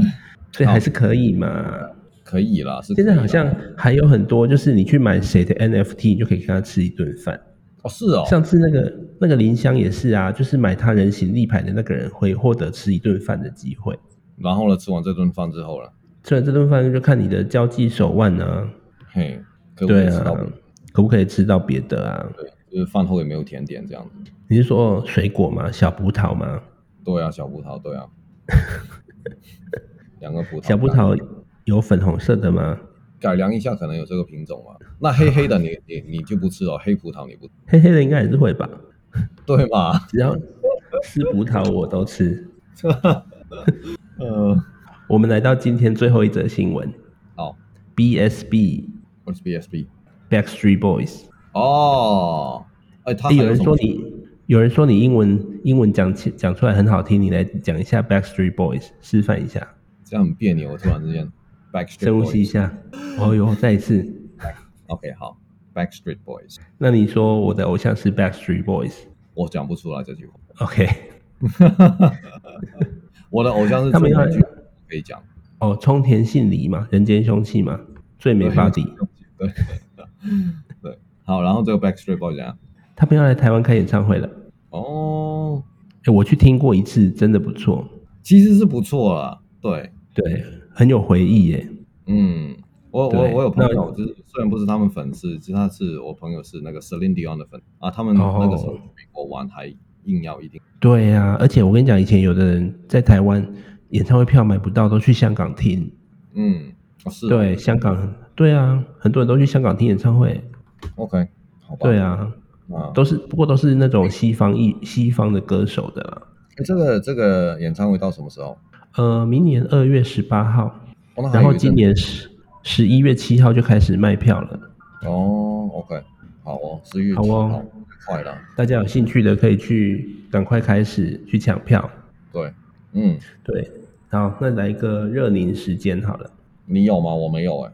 [SPEAKER 1] 所以还是可以嘛。
[SPEAKER 2] 可以啦，是
[SPEAKER 1] 现在
[SPEAKER 2] 可以
[SPEAKER 1] 好
[SPEAKER 2] 啦
[SPEAKER 1] 像还有很多，就是你去买谁的 NFT，你就可以跟他吃一顿饭。
[SPEAKER 2] 哦是哦，
[SPEAKER 1] 上次那个那个林香也是啊，就是买他人形立牌的那个人会获得吃一顿饭的机会。
[SPEAKER 2] 然后呢，吃完这顿饭之后了，
[SPEAKER 1] 所以这顿饭就看你的交际手腕啊，
[SPEAKER 2] 嘿，可不可
[SPEAKER 1] 对
[SPEAKER 2] 以吃到
[SPEAKER 1] 啊？，可不可以吃到别的啊？
[SPEAKER 2] 对，就是饭后也没有甜点这样子。
[SPEAKER 1] 你是说水果吗？小葡萄吗？
[SPEAKER 2] 对啊，小葡萄，对啊， (laughs) 两个葡萄，
[SPEAKER 1] 小葡萄有粉红色的吗？
[SPEAKER 2] 改良一下，可能有这个品种嘛。那黑黑的你你你就不吃哦，黑葡萄你不
[SPEAKER 1] 黑黑的应该也是会吧，
[SPEAKER 2] 对嘛？
[SPEAKER 1] 只要是葡萄我都吃。
[SPEAKER 2] (laughs) 呃，
[SPEAKER 1] 我们来到今天最后一则新闻
[SPEAKER 2] 好
[SPEAKER 1] ，BSB
[SPEAKER 2] ，what's BSB？
[SPEAKER 1] Backstreet Boys。
[SPEAKER 2] 哦，哎，他
[SPEAKER 1] 哎
[SPEAKER 2] 还
[SPEAKER 1] 有人
[SPEAKER 2] 什
[SPEAKER 1] 说
[SPEAKER 2] 么？
[SPEAKER 1] 你，有人说你英文英文讲起讲出来很好听，你来讲一下 Backstreet Boys，示范一下，
[SPEAKER 2] 这样很别扭，突然之间。Backstreet
[SPEAKER 1] 深呼吸一
[SPEAKER 2] Boys。
[SPEAKER 1] 下。哦哟，再一次。
[SPEAKER 2] OK，好，Backstreet Boys。
[SPEAKER 1] 那你说我的偶像是 Backstreet Boys。
[SPEAKER 2] 我讲不出来这句话。 (laughs)
[SPEAKER 1] OK，
[SPEAKER 2] 我的偶像是
[SPEAKER 1] 他们要
[SPEAKER 2] 中文剧可以讲。
[SPEAKER 1] 哦，冲田杏梨嘛，人间凶器嘛，最美巴蒂，
[SPEAKER 2] (laughs) 对对，好，然后这个 Backstreet Boys 怎样？
[SPEAKER 1] 他们要来台湾开演唱会了。
[SPEAKER 2] 哦，
[SPEAKER 1] 哎、我去听过一次，真的不错，
[SPEAKER 2] 其实是不错啦。对，
[SPEAKER 1] 对，很有回忆耶。
[SPEAKER 2] 嗯，我我
[SPEAKER 1] 对
[SPEAKER 2] 我有朋
[SPEAKER 1] 那
[SPEAKER 2] 友，就是虽然不是他们粉丝，其实他是我朋友是那个 Celine Dion 的粉啊，他们那个时候
[SPEAKER 1] 哦
[SPEAKER 2] 去美国玩还硬要一定。
[SPEAKER 1] 对呀、而且我跟你讲，以前有的人在台湾演唱会票买不到，都去香港听。
[SPEAKER 2] 嗯，哦是哦
[SPEAKER 1] 对，香港，对啊，很多人都去香港听演唱会。
[SPEAKER 2] ，OK，好吧，
[SPEAKER 1] 对啊，
[SPEAKER 2] 啊，
[SPEAKER 1] 都是不过都是那种西方艺西方的歌手的啦。
[SPEAKER 2] 这个这个演唱会到什么时候？
[SPEAKER 1] 呃，明年二月十八号，
[SPEAKER 2] 哦，那还
[SPEAKER 1] 然
[SPEAKER 2] 有
[SPEAKER 1] 后
[SPEAKER 2] 一阵
[SPEAKER 1] 今年十十一月七号就开始卖票了。
[SPEAKER 2] 哦，OK，好哦，十月
[SPEAKER 1] 好
[SPEAKER 2] 七
[SPEAKER 1] 哦
[SPEAKER 2] 号，快了，
[SPEAKER 1] 大家有兴趣的可以去赶快开始去抢票。
[SPEAKER 2] 对，嗯，
[SPEAKER 1] 对，好，那来一个热凝时间好了。
[SPEAKER 2] 你有吗？我没有哎，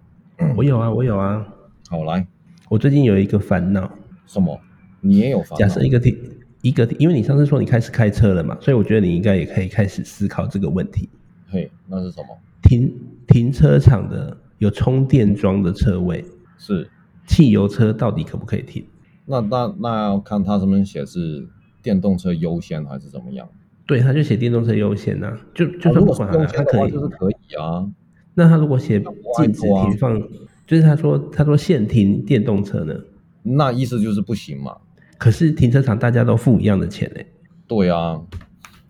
[SPEAKER 1] 我有啊，我有啊。
[SPEAKER 2] 好来，
[SPEAKER 1] 我最近有一个烦恼，
[SPEAKER 2] 什么？你也有烦恼
[SPEAKER 1] 假？设一个题一个题，因为你上次说你开始开车了嘛，所以我觉得你应该也可以开始思考这个问题。
[SPEAKER 2] 嘿，那是什么？
[SPEAKER 1] 停停车场的有充电桩的车位，
[SPEAKER 2] 是，
[SPEAKER 1] 汽油车到底可不可以停？
[SPEAKER 2] 那那那要看它上面写是电动车优先还是怎么样？
[SPEAKER 1] 对，他就写电动车优先呐、就就
[SPEAKER 2] 啊
[SPEAKER 1] 算
[SPEAKER 2] 如
[SPEAKER 1] 不
[SPEAKER 2] 果是
[SPEAKER 1] 管
[SPEAKER 2] 优
[SPEAKER 1] 了，
[SPEAKER 2] 先
[SPEAKER 1] 他
[SPEAKER 2] 的
[SPEAKER 1] 可
[SPEAKER 2] 话
[SPEAKER 1] 以
[SPEAKER 2] 就。是可以啊。
[SPEAKER 1] 那他如果写
[SPEAKER 2] 我爱
[SPEAKER 1] 禁止
[SPEAKER 2] 国啊
[SPEAKER 1] 停放，就是他说他说限停电动车呢，
[SPEAKER 2] 那意思就是不行嘛。
[SPEAKER 1] 可是停车场大家都付一样的钱嘞、
[SPEAKER 2] 对啊，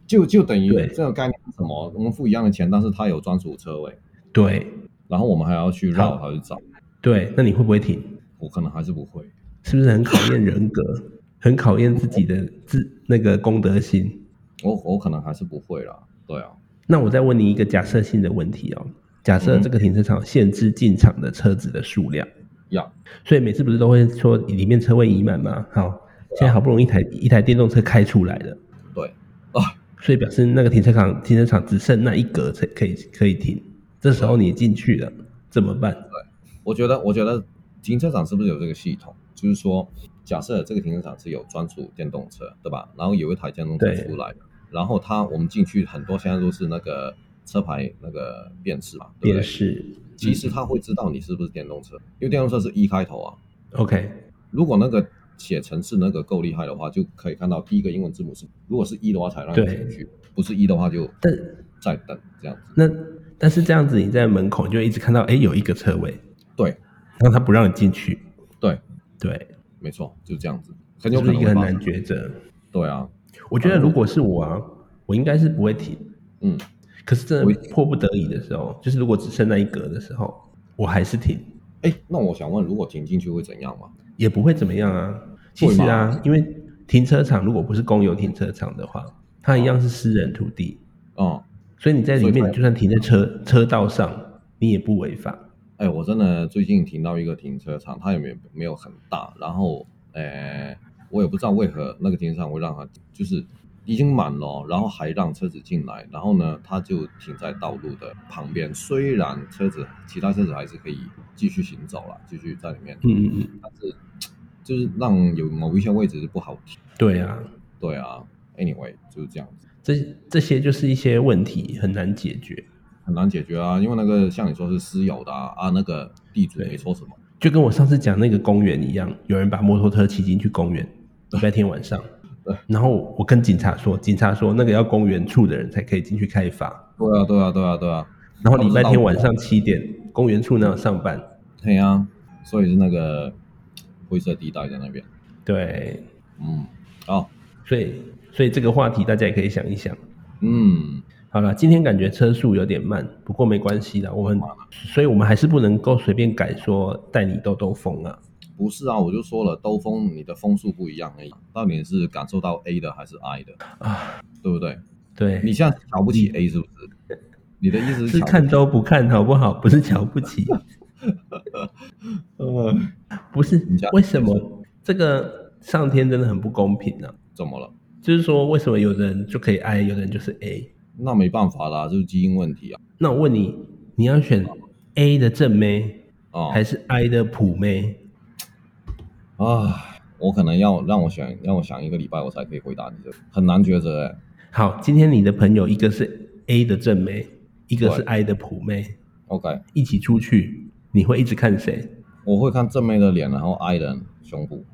[SPEAKER 2] 就就等于
[SPEAKER 1] 对
[SPEAKER 2] 这个概念是什么？我们付一样的钱，但是它有专属车位，
[SPEAKER 1] 对
[SPEAKER 2] 然后我们还要去绕
[SPEAKER 1] 好
[SPEAKER 2] 还是找？
[SPEAKER 1] 对，那你会不会停？
[SPEAKER 2] 我可能还是不会。
[SPEAKER 1] 是不是很考验人
[SPEAKER 2] (laughs)
[SPEAKER 1] 格，很考验自己的自那个公德心？
[SPEAKER 2] 我我可能还是不会啦。对啊，
[SPEAKER 1] 那我再问你一个假设性的问题哦，假设
[SPEAKER 2] 嗯
[SPEAKER 1] 这个停车场限制进场的车子的数量，
[SPEAKER 2] 呀，
[SPEAKER 1] 所以每次不是都会说里面车位已满吗？好，现在好不容易一台一台电动车开出来了，
[SPEAKER 2] 对，
[SPEAKER 1] 所以表示那个停车场停车场只剩那一格才可以可以停，这时候你进去了怎么办？
[SPEAKER 2] 我觉得我觉得停车场是不是有这个系统？就是说，假设这个停车场是有专属电动车，对吧？然后有一台电动车
[SPEAKER 1] 对
[SPEAKER 2] 出来，然后它我们进去很多现在都是那个车牌那个辨识嘛，对不
[SPEAKER 1] 也
[SPEAKER 2] 对？
[SPEAKER 1] 是
[SPEAKER 2] 其实它会知道你是不是电动车，因为电动车是一开头啊。
[SPEAKER 1] OK，
[SPEAKER 2] 如果那个写程式那个够厉害的话，就可以看到第一个英文字母是，如果是一的话才让你
[SPEAKER 1] 对
[SPEAKER 2] 进去，不是一的话就
[SPEAKER 1] 但
[SPEAKER 2] 再等这样子。
[SPEAKER 1] 那但是这样子你在门口就一直看到，哎、有一个车位，
[SPEAKER 2] 对
[SPEAKER 1] 然后他不让你进去，
[SPEAKER 2] 对，
[SPEAKER 1] 对，
[SPEAKER 2] 没错，就这样子，很有
[SPEAKER 1] 就
[SPEAKER 2] 可
[SPEAKER 1] 是一
[SPEAKER 2] 能
[SPEAKER 1] 个很
[SPEAKER 2] 会发
[SPEAKER 1] 难
[SPEAKER 2] 生。
[SPEAKER 1] 抉择。
[SPEAKER 2] 对啊，
[SPEAKER 1] 我觉得如果是我啊，我应该是不会停。
[SPEAKER 2] 嗯，
[SPEAKER 1] 可是真
[SPEAKER 2] 我
[SPEAKER 1] 的迫不得已的时候，就是如果只剩那一格的时候，我还是停，
[SPEAKER 2] 哎，那我想问，如果停进去会怎样吗？
[SPEAKER 1] 也不会怎么样啊。其实啊，因为停车场如果不是公有停车场的话，它一样是私人土地，
[SPEAKER 2] 哦、
[SPEAKER 1] 所以你在里
[SPEAKER 2] 所以
[SPEAKER 1] 面，
[SPEAKER 2] 它
[SPEAKER 1] 你就算停在车车道上，你也不违法。
[SPEAKER 2] 哎，我真的最近停到一个停车场，它也没有没有很大，然后，呃，我也不知道为何那个停车场会让它就是已经满了哦，然后还让车子进来，然后呢，它就停在道路的旁边，虽然车子其他车子还是可以继续行走了，继续在里面，
[SPEAKER 1] 嗯嗯嗯，
[SPEAKER 2] 但是就是让有某一些位置是不好停。
[SPEAKER 1] 对啊，
[SPEAKER 2] 对啊，anyway 就是这样子。
[SPEAKER 1] 这这些就是一些问题很难解决，
[SPEAKER 2] 很难解决啊，因为那个像你说是私有的啊，啊那个地主
[SPEAKER 1] 对
[SPEAKER 2] 没说什么，
[SPEAKER 1] 就跟我上次讲那个公园一样，有人把摩托车骑进去公园，礼拜天晚 (laughs) 上
[SPEAKER 2] 对，
[SPEAKER 1] 然后我跟警察说，警察说那个要公园处的人才可以进去开罚，
[SPEAKER 2] 对啊对啊对啊对啊，
[SPEAKER 1] 然后礼拜天晚上七点，公园处那有上班，
[SPEAKER 2] 对啊，所以是那个灰色地带在那边，
[SPEAKER 1] 对，
[SPEAKER 2] 嗯，好，
[SPEAKER 1] 所以所以这个话题大家也可以想一想。
[SPEAKER 2] 嗯，
[SPEAKER 1] 好了，今天感觉车速有点慢，不过没关系的，我
[SPEAKER 2] 啊
[SPEAKER 1] 们，所以我们还是不能够随便改说带你兜兜风啊。
[SPEAKER 2] 不是啊，我就说了，兜风你的风速不一样而已，到底是感受到 A 的还是 I 的啊，对不对？
[SPEAKER 1] 对，
[SPEAKER 2] 你现在瞧不起 A 是不是？你的意思
[SPEAKER 1] 嗯是
[SPEAKER 2] 瞧不
[SPEAKER 1] 看
[SPEAKER 2] 起
[SPEAKER 1] 都不看好不好？ (laughs) 不是瞧不
[SPEAKER 2] (laughs)
[SPEAKER 1] 起，
[SPEAKER 2] 呃
[SPEAKER 1] 不是
[SPEAKER 2] 你讲
[SPEAKER 1] 为什么这个上天真的很不公平呢、
[SPEAKER 2] 怎么了？
[SPEAKER 1] 就是说，为什么有的人就可以 I，有的人就是 A？
[SPEAKER 2] 那没办法啦，就是基因问题啊。
[SPEAKER 1] 那我问你，你要
[SPEAKER 2] 哦
[SPEAKER 1] 选 A 的正妹
[SPEAKER 2] 啊、
[SPEAKER 1] 还是 I 的普妹？
[SPEAKER 2] 啊，我可能要让我想让我想一个礼拜，我才可以回答你这个，很难抉择哎、
[SPEAKER 1] 好，今天你的朋友一个是 A 的正妹，一个是
[SPEAKER 2] 对
[SPEAKER 1] I 的普妹，
[SPEAKER 2] OK，
[SPEAKER 1] 一起出去，你会一直看谁？
[SPEAKER 2] 我会看正妹的脸，然后挨人胸部，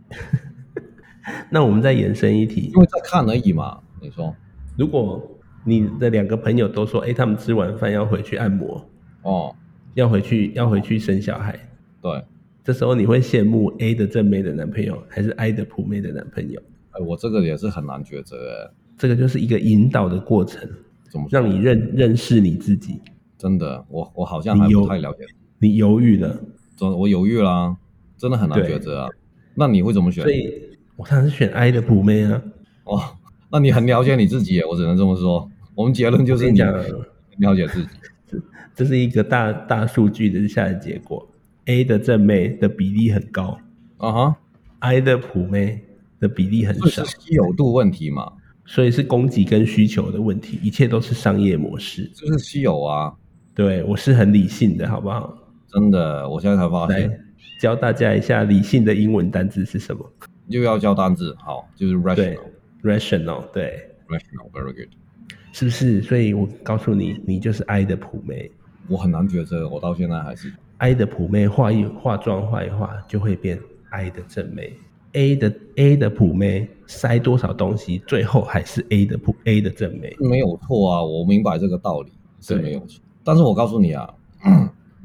[SPEAKER 1] 那我们再延伸一题
[SPEAKER 2] 因，为在看而已嘛。你说
[SPEAKER 1] 如果你的两个朋友都说，哎、他们吃完饭要回去按摩，
[SPEAKER 2] 哦，
[SPEAKER 1] 要回去要回去生小孩，
[SPEAKER 2] 对，
[SPEAKER 1] 这时候你会羡慕 A 的正妹的男朋友，还是 I 的普妹的男朋友？
[SPEAKER 2] 哎，我这个也是很难抉择、
[SPEAKER 1] 这个就是一个引导的过程，
[SPEAKER 2] 哎，怎么说
[SPEAKER 1] 让你认认识你自己。
[SPEAKER 2] 真的，我我好像还
[SPEAKER 1] 你有
[SPEAKER 2] 不太了解，
[SPEAKER 1] 你犹豫了，
[SPEAKER 2] 真我犹豫啦，真的很难
[SPEAKER 1] 对
[SPEAKER 2] 抉择啊。那你会怎么选
[SPEAKER 1] 所？以我当然是选 I 的普妹啊。
[SPEAKER 2] 哦，那你很了解你自己耶，我只能这么说。我们结论就
[SPEAKER 1] 我跟
[SPEAKER 2] 是
[SPEAKER 1] 你
[SPEAKER 2] 你啊
[SPEAKER 1] 讲
[SPEAKER 2] 很，了解自己。
[SPEAKER 1] 这是一个大大数据的下的结果。A 的正妹的比例很高
[SPEAKER 2] 啊哈，
[SPEAKER 1] ，I 的普妹的比例很
[SPEAKER 2] 这
[SPEAKER 1] 少
[SPEAKER 2] 是，稀有度问题嘛，
[SPEAKER 1] 所以是供给跟需求的问题，一切都是商业模式。
[SPEAKER 2] 就是稀有啊，
[SPEAKER 1] 对我是很理性的，好不好？
[SPEAKER 2] 真的，我现在才发
[SPEAKER 1] 来
[SPEAKER 2] 现，
[SPEAKER 1] 教大家一下理性的英文单字是什么？
[SPEAKER 2] 又要教单字，好，就是
[SPEAKER 1] 对
[SPEAKER 2] rational，rational，very
[SPEAKER 1] ，rational，对，
[SPEAKER 2] good。
[SPEAKER 1] 是不是？所以我告诉你，你就是 I 的普妹
[SPEAKER 2] 我很难抉择，我到现在还是
[SPEAKER 1] ，I 的普妹化一化妆化一化就会变 I 的正妹，A 的 A 的普妹塞多少东西，最后还是 A 的普 A 的正妹。
[SPEAKER 2] 没有错啊，我明白这个道理是
[SPEAKER 1] 对
[SPEAKER 2] 没有错。但是我告诉你啊， (clears throat)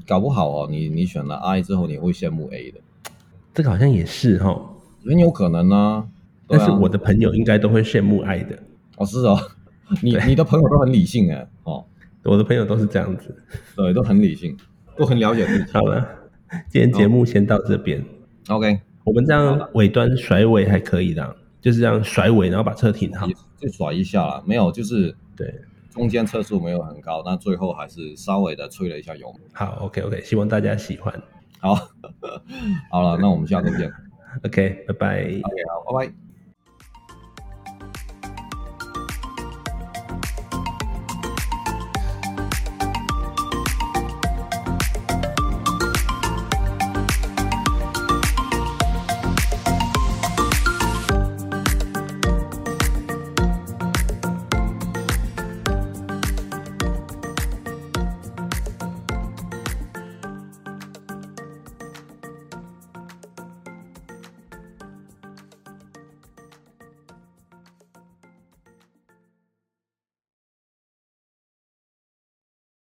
[SPEAKER 2] 搞不好哦，你你选了 I 之后，你会羡慕 A 的，
[SPEAKER 1] 这个好像也是哈，
[SPEAKER 2] 很有可能啊。对
[SPEAKER 1] 但
[SPEAKER 2] 啊
[SPEAKER 1] 是我的朋友应该都会羡慕 I 的，
[SPEAKER 2] 哦是哦， (laughs) 你你的朋友都很理性哎，哦，
[SPEAKER 1] 我的朋友都是这样子。
[SPEAKER 2] 对，都很理性，都很了解自己。
[SPEAKER 1] 好了，今天节目先到这边。
[SPEAKER 2] OK，
[SPEAKER 1] 我们这样尾端甩尾还可以的，就是这样甩尾，然后把车停好
[SPEAKER 2] 也。就甩一下啦，没有，就是
[SPEAKER 1] 对，
[SPEAKER 2] 中间车速没有很高，那最后还是稍微的吹了一下油门。
[SPEAKER 1] 好，OK OK，希望大家喜欢。
[SPEAKER 2] (laughs) 好，好了，那我们下周见。
[SPEAKER 1] OK，拜拜。
[SPEAKER 2] OK，好，拜拜。